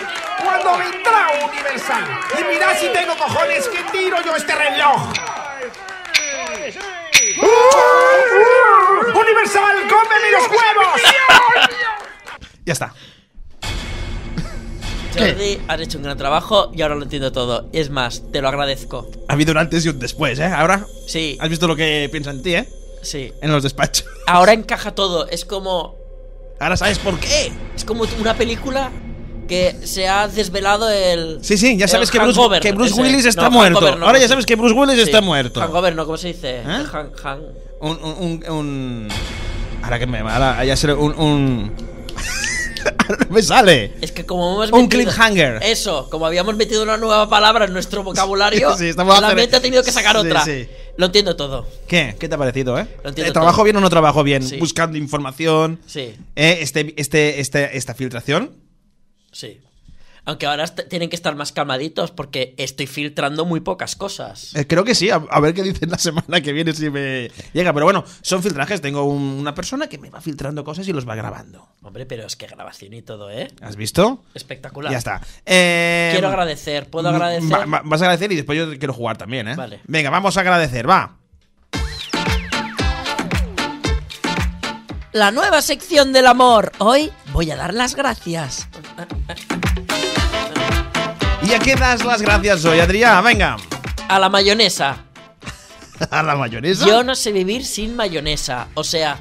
S2: cuándo vendrá Universal. Y mirá si tengo cojones que tiro yo este reloj. ¡Uh! ¡Universal, cómeme los huevos!
S4: Ya está.
S3: Jordi, has hecho un gran trabajo y ahora lo entiendo todo. Es más, te lo agradezco.
S4: Ha habido un antes y un después, ¿eh? Ahora
S3: Sí,
S4: has visto lo que piensa en ti, ¿eh?
S3: sí.
S4: En los despachos.
S3: Ahora encaja todo. Es como
S4: Ahora sabes por qué.
S3: Es como una película que se ha desvelado el.
S4: Sí, sí, ya
S3: el
S4: sabes que Bruce,
S3: hangover,
S4: que Bruce
S3: ese.
S4: Willis
S3: No,
S4: está
S3: hangover
S4: muerto.
S3: no,
S4: Ahora ya
S3: sí.
S4: sabes que Bruce Willis
S3: Sí,
S4: está muerto.
S3: Hangover, no, ¿cómo se dice?
S4: ¿Eh?
S3: El hang- hang-
S4: Un, un, un, un- Ahora que me. Ahora ya será un. un... [laughs] ahora no me sale.
S3: Es que como hemos
S4: Un
S3: metido-
S4: cliffhanger.
S3: Eso, como habíamos metido una nueva palabra en nuestro vocabulario,
S4: [laughs] Sí, estamos
S3: la
S4: hacer-
S3: mente ha tenido que sacar
S4: Sí,
S3: otra.
S4: sí.
S3: Lo entiendo todo.
S4: ¿Qué? ¿Qué te ha parecido, eh?
S3: Lo entiendo
S4: Eh, ¿Trabajo
S3: todo.
S4: bien o no trabajo bien?
S3: Sí.
S4: Buscando información.
S3: Sí,
S4: Eh, este, este, este, esta filtración.
S3: sí. Aunque ahora est- tienen que estar más calmaditos porque estoy filtrando muy pocas cosas.
S4: Eh, creo que sí, a, a ver qué dicen la semana que viene si me llega. Pero bueno, son filtrajes. Tengo un- una persona que me va filtrando cosas y los va grabando.
S3: Hombre, pero es que grabación y todo, ¿eh?
S4: ¿Has visto?
S3: Espectacular.
S4: Ya está. Eh,
S3: Quiero agradecer, puedo
S4: mm,
S3: agradecer.
S4: va- va- vas a agradecer y después yo quiero jugar también, ¿eh?
S3: Vale.
S4: Venga, vamos a agradecer, va.
S3: La nueva sección del amor. Hoy voy a dar las gracias.
S4: ¿Y a qué das las gracias hoy, Adrián? Venga.
S3: A la mayonesa.
S4: ¿A la mayonesa?
S3: Yo no sé vivir sin mayonesa. O sea,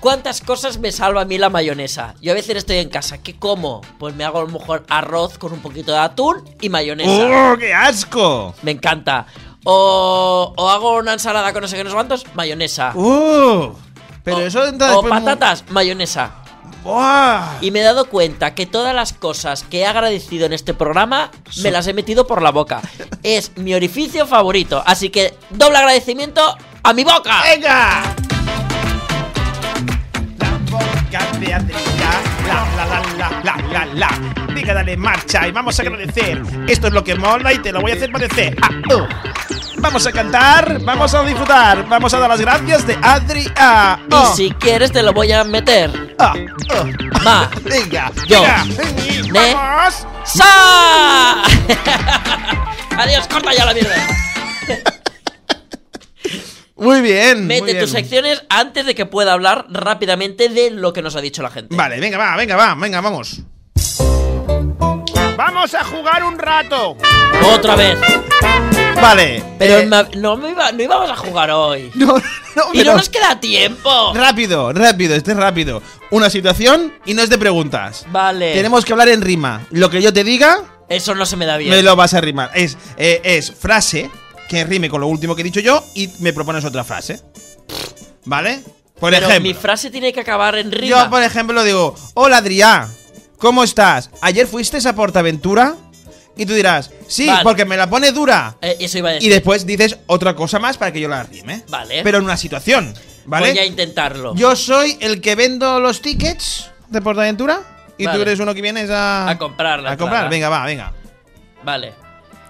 S3: ¿cuántas cosas me salva a mí la mayonesa? Yo a veces estoy en casa. ¿Qué como? Pues me hago a lo mejor arroz con un poquito de atún y mayonesa.
S4: ¡Oh, qué asco!
S3: Me encanta. O, o hago una ensalada con no sé qué, no sé cuántos, mayonesa.
S4: ¡Uh! Pero
S3: O-
S4: eso entra
S3: O
S4: después mu-
S3: patatas, mayonesa.
S4: ¡Buah!
S3: Y me he dado cuenta que todas las cosas que he agradecido en este programa me las he metido por la boca. Es mi orificio favorito. Así que doble agradecimiento a mi boca.
S4: ¡Venga!
S2: La boca de Adrián, la la la la la la la. Venga, dale marcha y vamos a agradecer.
S4: Esto es lo que mola y te lo voy a hacer parecer. Ah, oh. Vamos a cantar, vamos a disfrutar, vamos a dar las gracias de Adri a.
S3: Y si quieres te lo voy a meter.
S4: Ah, oh.
S3: Ma.
S4: Venga,
S3: Yo.
S4: venga.
S3: Ne-
S2: ¡Vamos!
S3: ¡Sa! [laughs] Adiós, corta ya la mierda.
S4: Muy bien. muy
S3: Mete
S4: bien.
S3: tus secciones antes de que pueda hablar rápidamente de lo que nos ha dicho la gente.
S4: Vale, venga, va, venga, va, venga, vamos.
S2: ¡Vamos a jugar un rato!
S3: Otra vez.
S4: Vale.
S3: Pero
S4: eh,
S3: ma- no, me iba- no íbamos a jugar hoy.
S4: no, no,
S3: Y [laughs]
S4: pero-
S3: no nos queda tiempo.
S4: Rápido, rápido, este es rápido. Una situación y no es de preguntas.
S3: Vale.
S4: Tenemos que hablar en rima. Lo que yo te diga,
S3: Eso no se me da bien.
S4: me lo vas a rimar. Es, eh, es frase que rime con lo último que he dicho yo y me propones otra frase. ¿Vale? Por
S3: Pero
S4: ejemplo,
S3: mi frase tiene que acabar en rima.
S4: yo por ejemplo digo, hola Adrián, ¿cómo estás? ¿Ayer fuiste a Portaventura? Y tú dirás, sí,
S3: Vale.
S4: porque me la pone dura.
S3: Eh, eso iba a decir.
S4: Y después dices otra cosa más para que yo la rime.
S3: Vale.
S4: Pero en una situación, ¿vale?
S3: Voy a intentarlo.
S4: Yo soy el que vendo los tickets de Portaventura y
S3: Vale.
S4: tú eres uno que vienes a.
S3: A comprarla,
S4: A comprar,
S3: claro.
S4: venga, va, venga.
S3: Vale.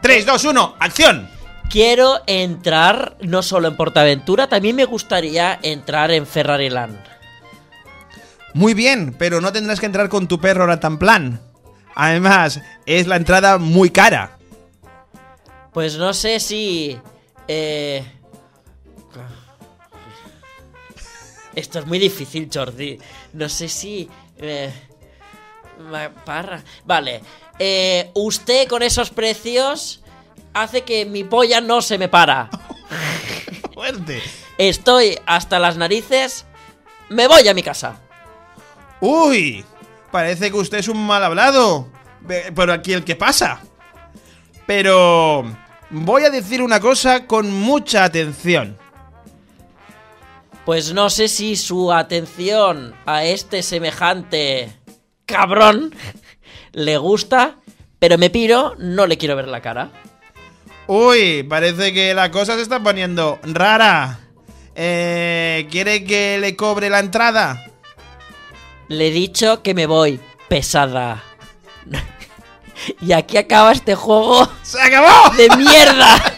S4: 3, 2, 1, acción.
S3: Quiero entrar no solo en Portaventura, también me gustaría entrar en Ferrari Land.
S4: Muy bien, pero no tendrás que entrar con tu perro ahora tan plan. Además, es la entrada muy cara.
S3: Pues no sé si. eh, Esto es muy difícil, Jordi. No sé si. eh, ma- Parra. Vale. Eh, usted con esos precios hace que mi polla no se me para.
S4: Fuerte.
S3: Estoy hasta las narices. Me voy a mi casa.
S4: Uy, parece que usted es un mal hablado. Ve- Pero aquí el que pasa. Pero. Voy a decir una cosa con mucha atención.
S3: Pues no sé si su atención a este semejante cabrón [laughs] le gusta, pero me piro, no le quiero ver la cara.
S4: Uy, parece que la cosa se está poniendo rara. Eh, ¿Quiere que le cobre la entrada?
S3: Le he dicho que me voy pesada. [laughs] y aquí acaba este juego
S4: ¡Se acabó! [laughs]
S3: de mierda.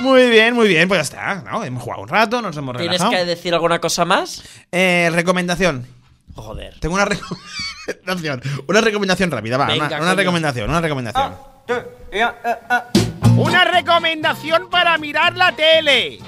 S4: Muy bien, bien, muy bien, pues ya está. ¿no? Hemos jugado un rato, nos hemos
S3: ¿Tienes
S4: relajado.
S3: que decir alguna cosa más?
S4: Eh, recomendación.
S3: Joder.
S4: Tengo una [laughs] recomendación. Una recomendación rápida, va.
S3: Venga,
S4: una, una
S3: coño. Ah,
S4: recomendación, una recomendación.
S2: Una recomendación para mirar la tele.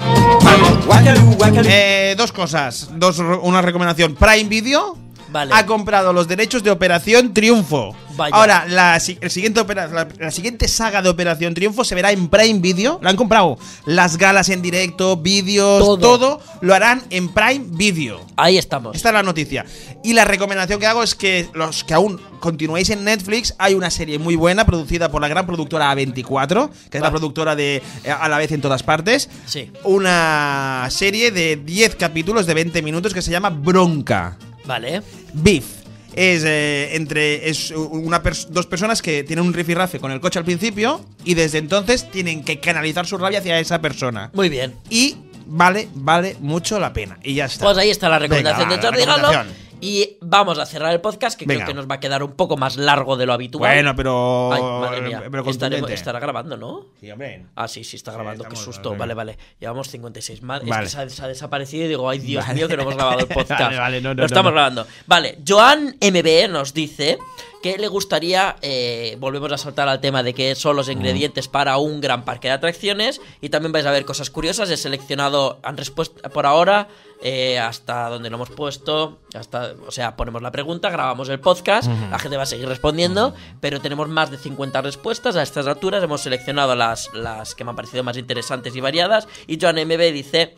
S4: Eh, dos cosas. Dos, una recomendación. Prime Video
S3: Vale.
S4: ha comprado los derechos de Operación Triunfo.
S3: Vaya.
S4: Ahora, la, si- el siguiente opera- la, la siguiente saga de Operación Triunfo se verá en Prime Video. La han comprado. Las galas en directo, vídeos,
S3: Todo.
S4: todo. lo harán en Prime Video.
S3: Ahí estamos.
S4: Esta es la noticia. Y la recomendación que hago es que los que aún continuéis en Netflix, hay una serie muy buena producida por la gran productora A24, que es la
S3: Vale.
S4: productora de eh, A la vez en todas partes.
S3: Sí.
S4: Una serie de 10 capítulos de 20 minutos que se llama Bronca.
S3: Vale.
S4: Beef. Es eh, entre es una pers- dos personas que tienen un rifirrafe con el coche al principio y desde entonces tienen que canalizar su rabia hacia esa persona.
S3: Muy bien.
S4: Y vale, vale mucho la pena. Y ya está.
S3: Pues ahí está la recomendación de
S4: Venga, va, la
S3: Jordi Galo.
S4: recomendación.
S3: Y vamos a cerrar el podcast, que
S4: Venga.
S3: creo que nos va a quedar un poco más largo de lo habitual.
S4: Bueno, pero.
S3: Ay, madre mía.
S4: Oh, eh, Pero
S3: Estaremos-
S4: contundente.
S3: estará grabando, ¿no?
S4: Sí, hombre.
S3: Ah, sí, sí, está
S4: Sí,
S3: grabando, qué
S4: estamos
S3: susto. Vale,
S4: grabando.
S3: vale. Llevamos 56. más. Es que
S4: Vale.
S3: se ha, se ha desaparecido y digo, ay, Dios
S4: Vale.
S3: mío, que no hemos
S4: [laughs]
S3: grabado el podcast.
S4: Vale, vale, no, no,
S3: Lo estamos
S4: no, no.
S3: grabando. Vale, Joan MB nos dice que le gustaría. eh, volvemos a saltar al tema de qué son los ingredientes para un gran parque de atracciones. Y también vais a ver cosas curiosas. He seleccionado, han respuesto por ahora. eh, hasta donde lo hemos puesto, hasta, o sea, ponemos la pregunta, grabamos el podcast, la gente va a seguir respondiendo, pero tenemos más de 50 respuestas a estas alturas, hemos seleccionado las, las que me han parecido más interesantes y variadas, y Joan MB dice,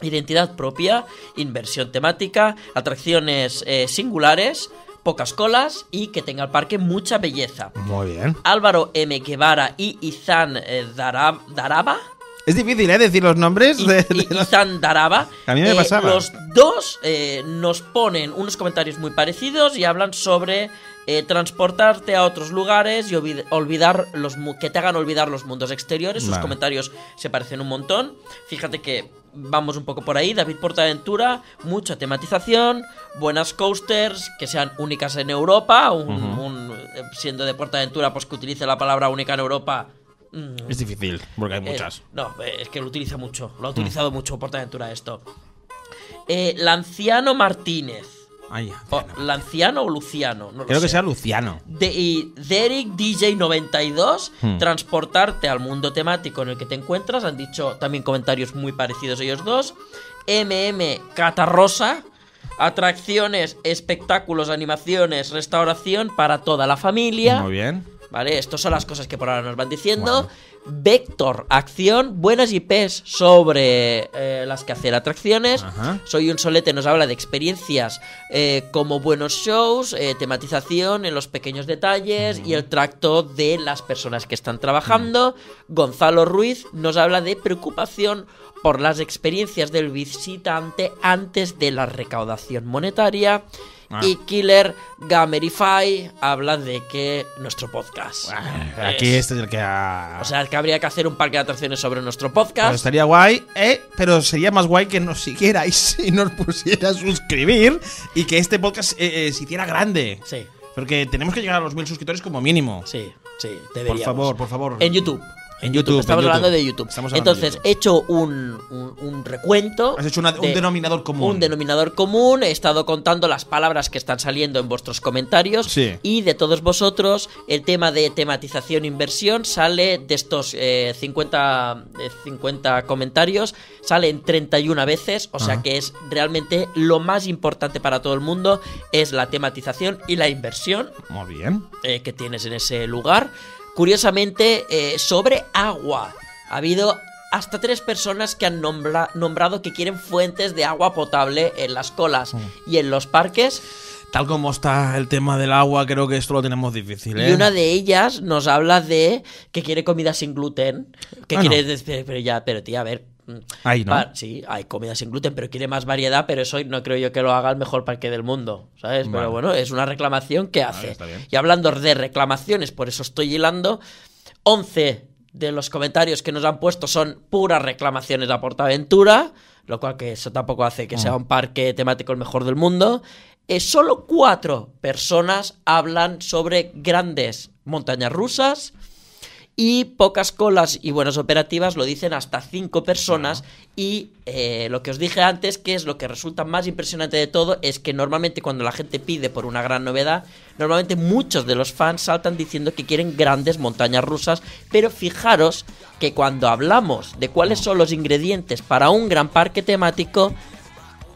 S3: Identidad propia, inversión temática, atracciones eh, singulares, pocas colas y que tenga el parque mucha belleza.
S4: Muy bien.
S3: Álvaro M. Guevara y Izan eh, Dara- Daraba.
S4: Es difícil, ¿eh? Decir los nombres.
S3: I-
S4: de-
S3: I-
S4: de los-
S3: Izan Daraba.
S4: A mí me pasaba.
S3: eh, Los dos eh, nos ponen unos comentarios muy parecidos y hablan sobre eh, transportarte a otros lugares y olvid- olvidar los mu- que te hagan olvidar los mundos exteriores. Sus
S4: Vale.
S3: comentarios se parecen un montón. Fíjate que vamos un poco por ahí. David Portaventura, mucha tematización, buenas coasters que sean únicas en Europa. un- un, eh, siendo de Portaventura, pues que utilice la palabra única en Europa. mm,
S4: Es difícil, porque hay muchas.
S3: eh, no, eh, es que lo utiliza mucho. Lo ha utilizado mucho Portaventura esto. Eh, Lanciano Martínez.
S4: Ay,
S3: O, ¿Lanciano o Luciano? No lo
S4: Oh, creo que
S3: sé.
S4: sea Luciano.
S3: De- y Derek DJ92,
S4: Hmm.
S3: transportarte al mundo temático en el que te encuentras. Han dicho también comentarios muy parecidos ellos dos. MM Catarrosa, atracciones, espectáculos, animaciones, restauración para toda la familia.
S4: Muy bien.
S3: ¿Vale? Estas son las cosas que por ahora nos van diciendo. Vector, acción, buenas IPs sobre eh, las que hacer atracciones.
S4: Ajá.
S3: Soy un solete, nos habla de experiencias eh, como buenos shows, eh, tematización en los pequeños detalles y el tracto de las personas que están trabajando. Gonzalo Ruiz nos habla de preocupación por las experiencias del visitante antes de la recaudación monetaria.
S4: Ah.
S3: Y Killer Gamerify habla de que nuestro podcast.
S4: Aquí este es el que ha.
S3: O sea, que habría que hacer un parque de atracciones sobre nuestro
S4: Pues
S3: podcast.
S4: estaría guay, ¿eh? pero sería más guay que nos siguierais [laughs] y nos pusiera a suscribir y que este podcast eh, eh, se hiciera grande.
S3: Sí,
S4: Porque tenemos que llegar a los mil suscriptores como mínimo.
S3: sí, sí,
S4: por
S3: deberíamos.
S4: favor, por favor.
S3: En YouTube.
S4: En YouTube.
S3: Estamos
S4: en
S3: hablando de YouTube.
S4: Estamos hablando de
S3: Entonces,
S4: YouTube.
S3: he hecho un, un- un recuento.
S4: Has hecho una- un
S3: de-
S4: denominador común.
S3: Un denominador común. He estado contando las palabras que están saliendo en vuestros comentarios.
S4: Sí.
S3: Y de todos vosotros, el tema de tematización inversión sale de estos eh, 50, eh, 50 comentarios, salen 31 veces. O sea
S4: Ajá.
S3: que es realmente lo más importante para todo el mundo: es la tematización y la inversión
S4: Muy bien.
S3: eh, que tienes en ese lugar. Curiosamente, eh, sobre agua. Ha habido hasta tres personas que han nombra- nombrado que quieren fuentes de agua potable en las colas
S4: Mm.
S3: y en los parques.
S4: Tal como está el tema del agua, creo que esto lo tenemos difícil, ¿eh?
S3: Y una de ellas nos habla de que quiere comida sin gluten. Que
S4: Ah,
S3: quiere
S4: no.
S3: decir, pero ya, pero tía, a ver. mm,
S4: Ay, ¿no?
S3: pa- sí, hay comida sin gluten, pero quiere más variedad, pero eso no creo yo que lo haga el mejor parque del mundo, ¿sabes?
S4: Vale.
S3: Pero bueno, es una reclamación que hace.
S4: está bien.
S3: y hablando de reclamaciones, por eso estoy hilando, 11 de los comentarios que nos han puesto son puras reclamaciones a Portaventura, lo cual que eso tampoco hace que
S4: Mm.
S3: sea un parque temático el mejor del mundo. Eh, solo cuatro personas hablan sobre grandes montañas rusas y pocas colas y buenas operativas lo dicen hasta cinco personas y eh, lo que os dije antes, que es lo que resulta más impresionante de todo, es que normalmente cuando la gente pide por una gran novedad, normalmente muchos de los fans saltan diciendo que quieren grandes montañas rusas, pero fijaros que cuando hablamos de cuáles son los ingredientes para un gran parque temático,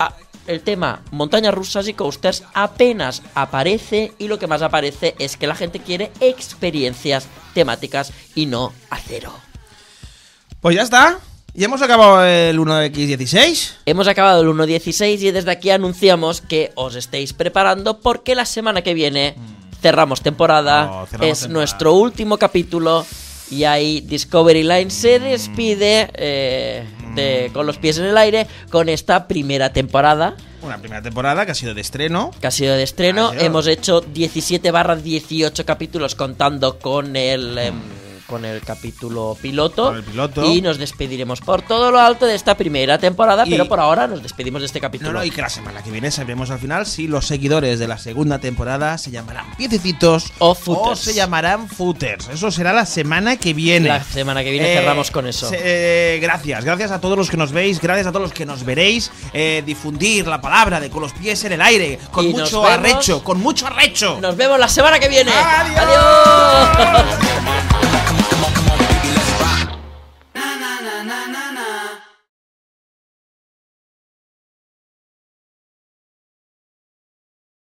S3: a- el tema montañas rusas y coasters apenas aparece y lo que más aparece es que la gente quiere experiencias temáticas y no acero.
S4: Pues ya está. Ya hemos acabado el 1X16.
S3: Hemos acabado el 1.16 y desde aquí anunciamos que os estéis preparando porque la semana que viene cerramos temporada,
S4: Oh, Mm. cerramos
S3: es
S4: temporada.
S3: nuestro último capítulo y ahí Discovery Line se
S4: Mm.
S3: despide eh, de- con los pies en el aire con esta primera temporada
S4: Una primera temporada que ha sido de estreno.
S3: que ha sido de estreno.
S4: Ha sido.
S3: Hemos hecho 17 barra 18 capítulos contando con el... em, con el capítulo piloto,
S4: Con el piloto.
S3: y nos despediremos por todo lo alto de esta primera temporada,
S4: Y-
S3: pero por ahora nos despedimos de este capítulo.
S4: No, no, y que la semana que viene sabremos al final si los seguidores de la segunda temporada se llamarán piececitos
S3: O footers.
S4: se llamarán footers. Eso será la semana que viene.
S3: La semana que viene cerramos con eso.
S4: Eh, se- eh, gracias, gracias a todos los que nos veis, gracias a todos los que nos veréis. eh, difundir la palabra de con los pies en el aire, con
S3: Y nos
S4: mucho
S3: vemos.
S4: arrecho, con mucho arrecho.
S3: Nos vemos la semana que viene.
S4: ¡Adiós!
S3: ¡Adiós!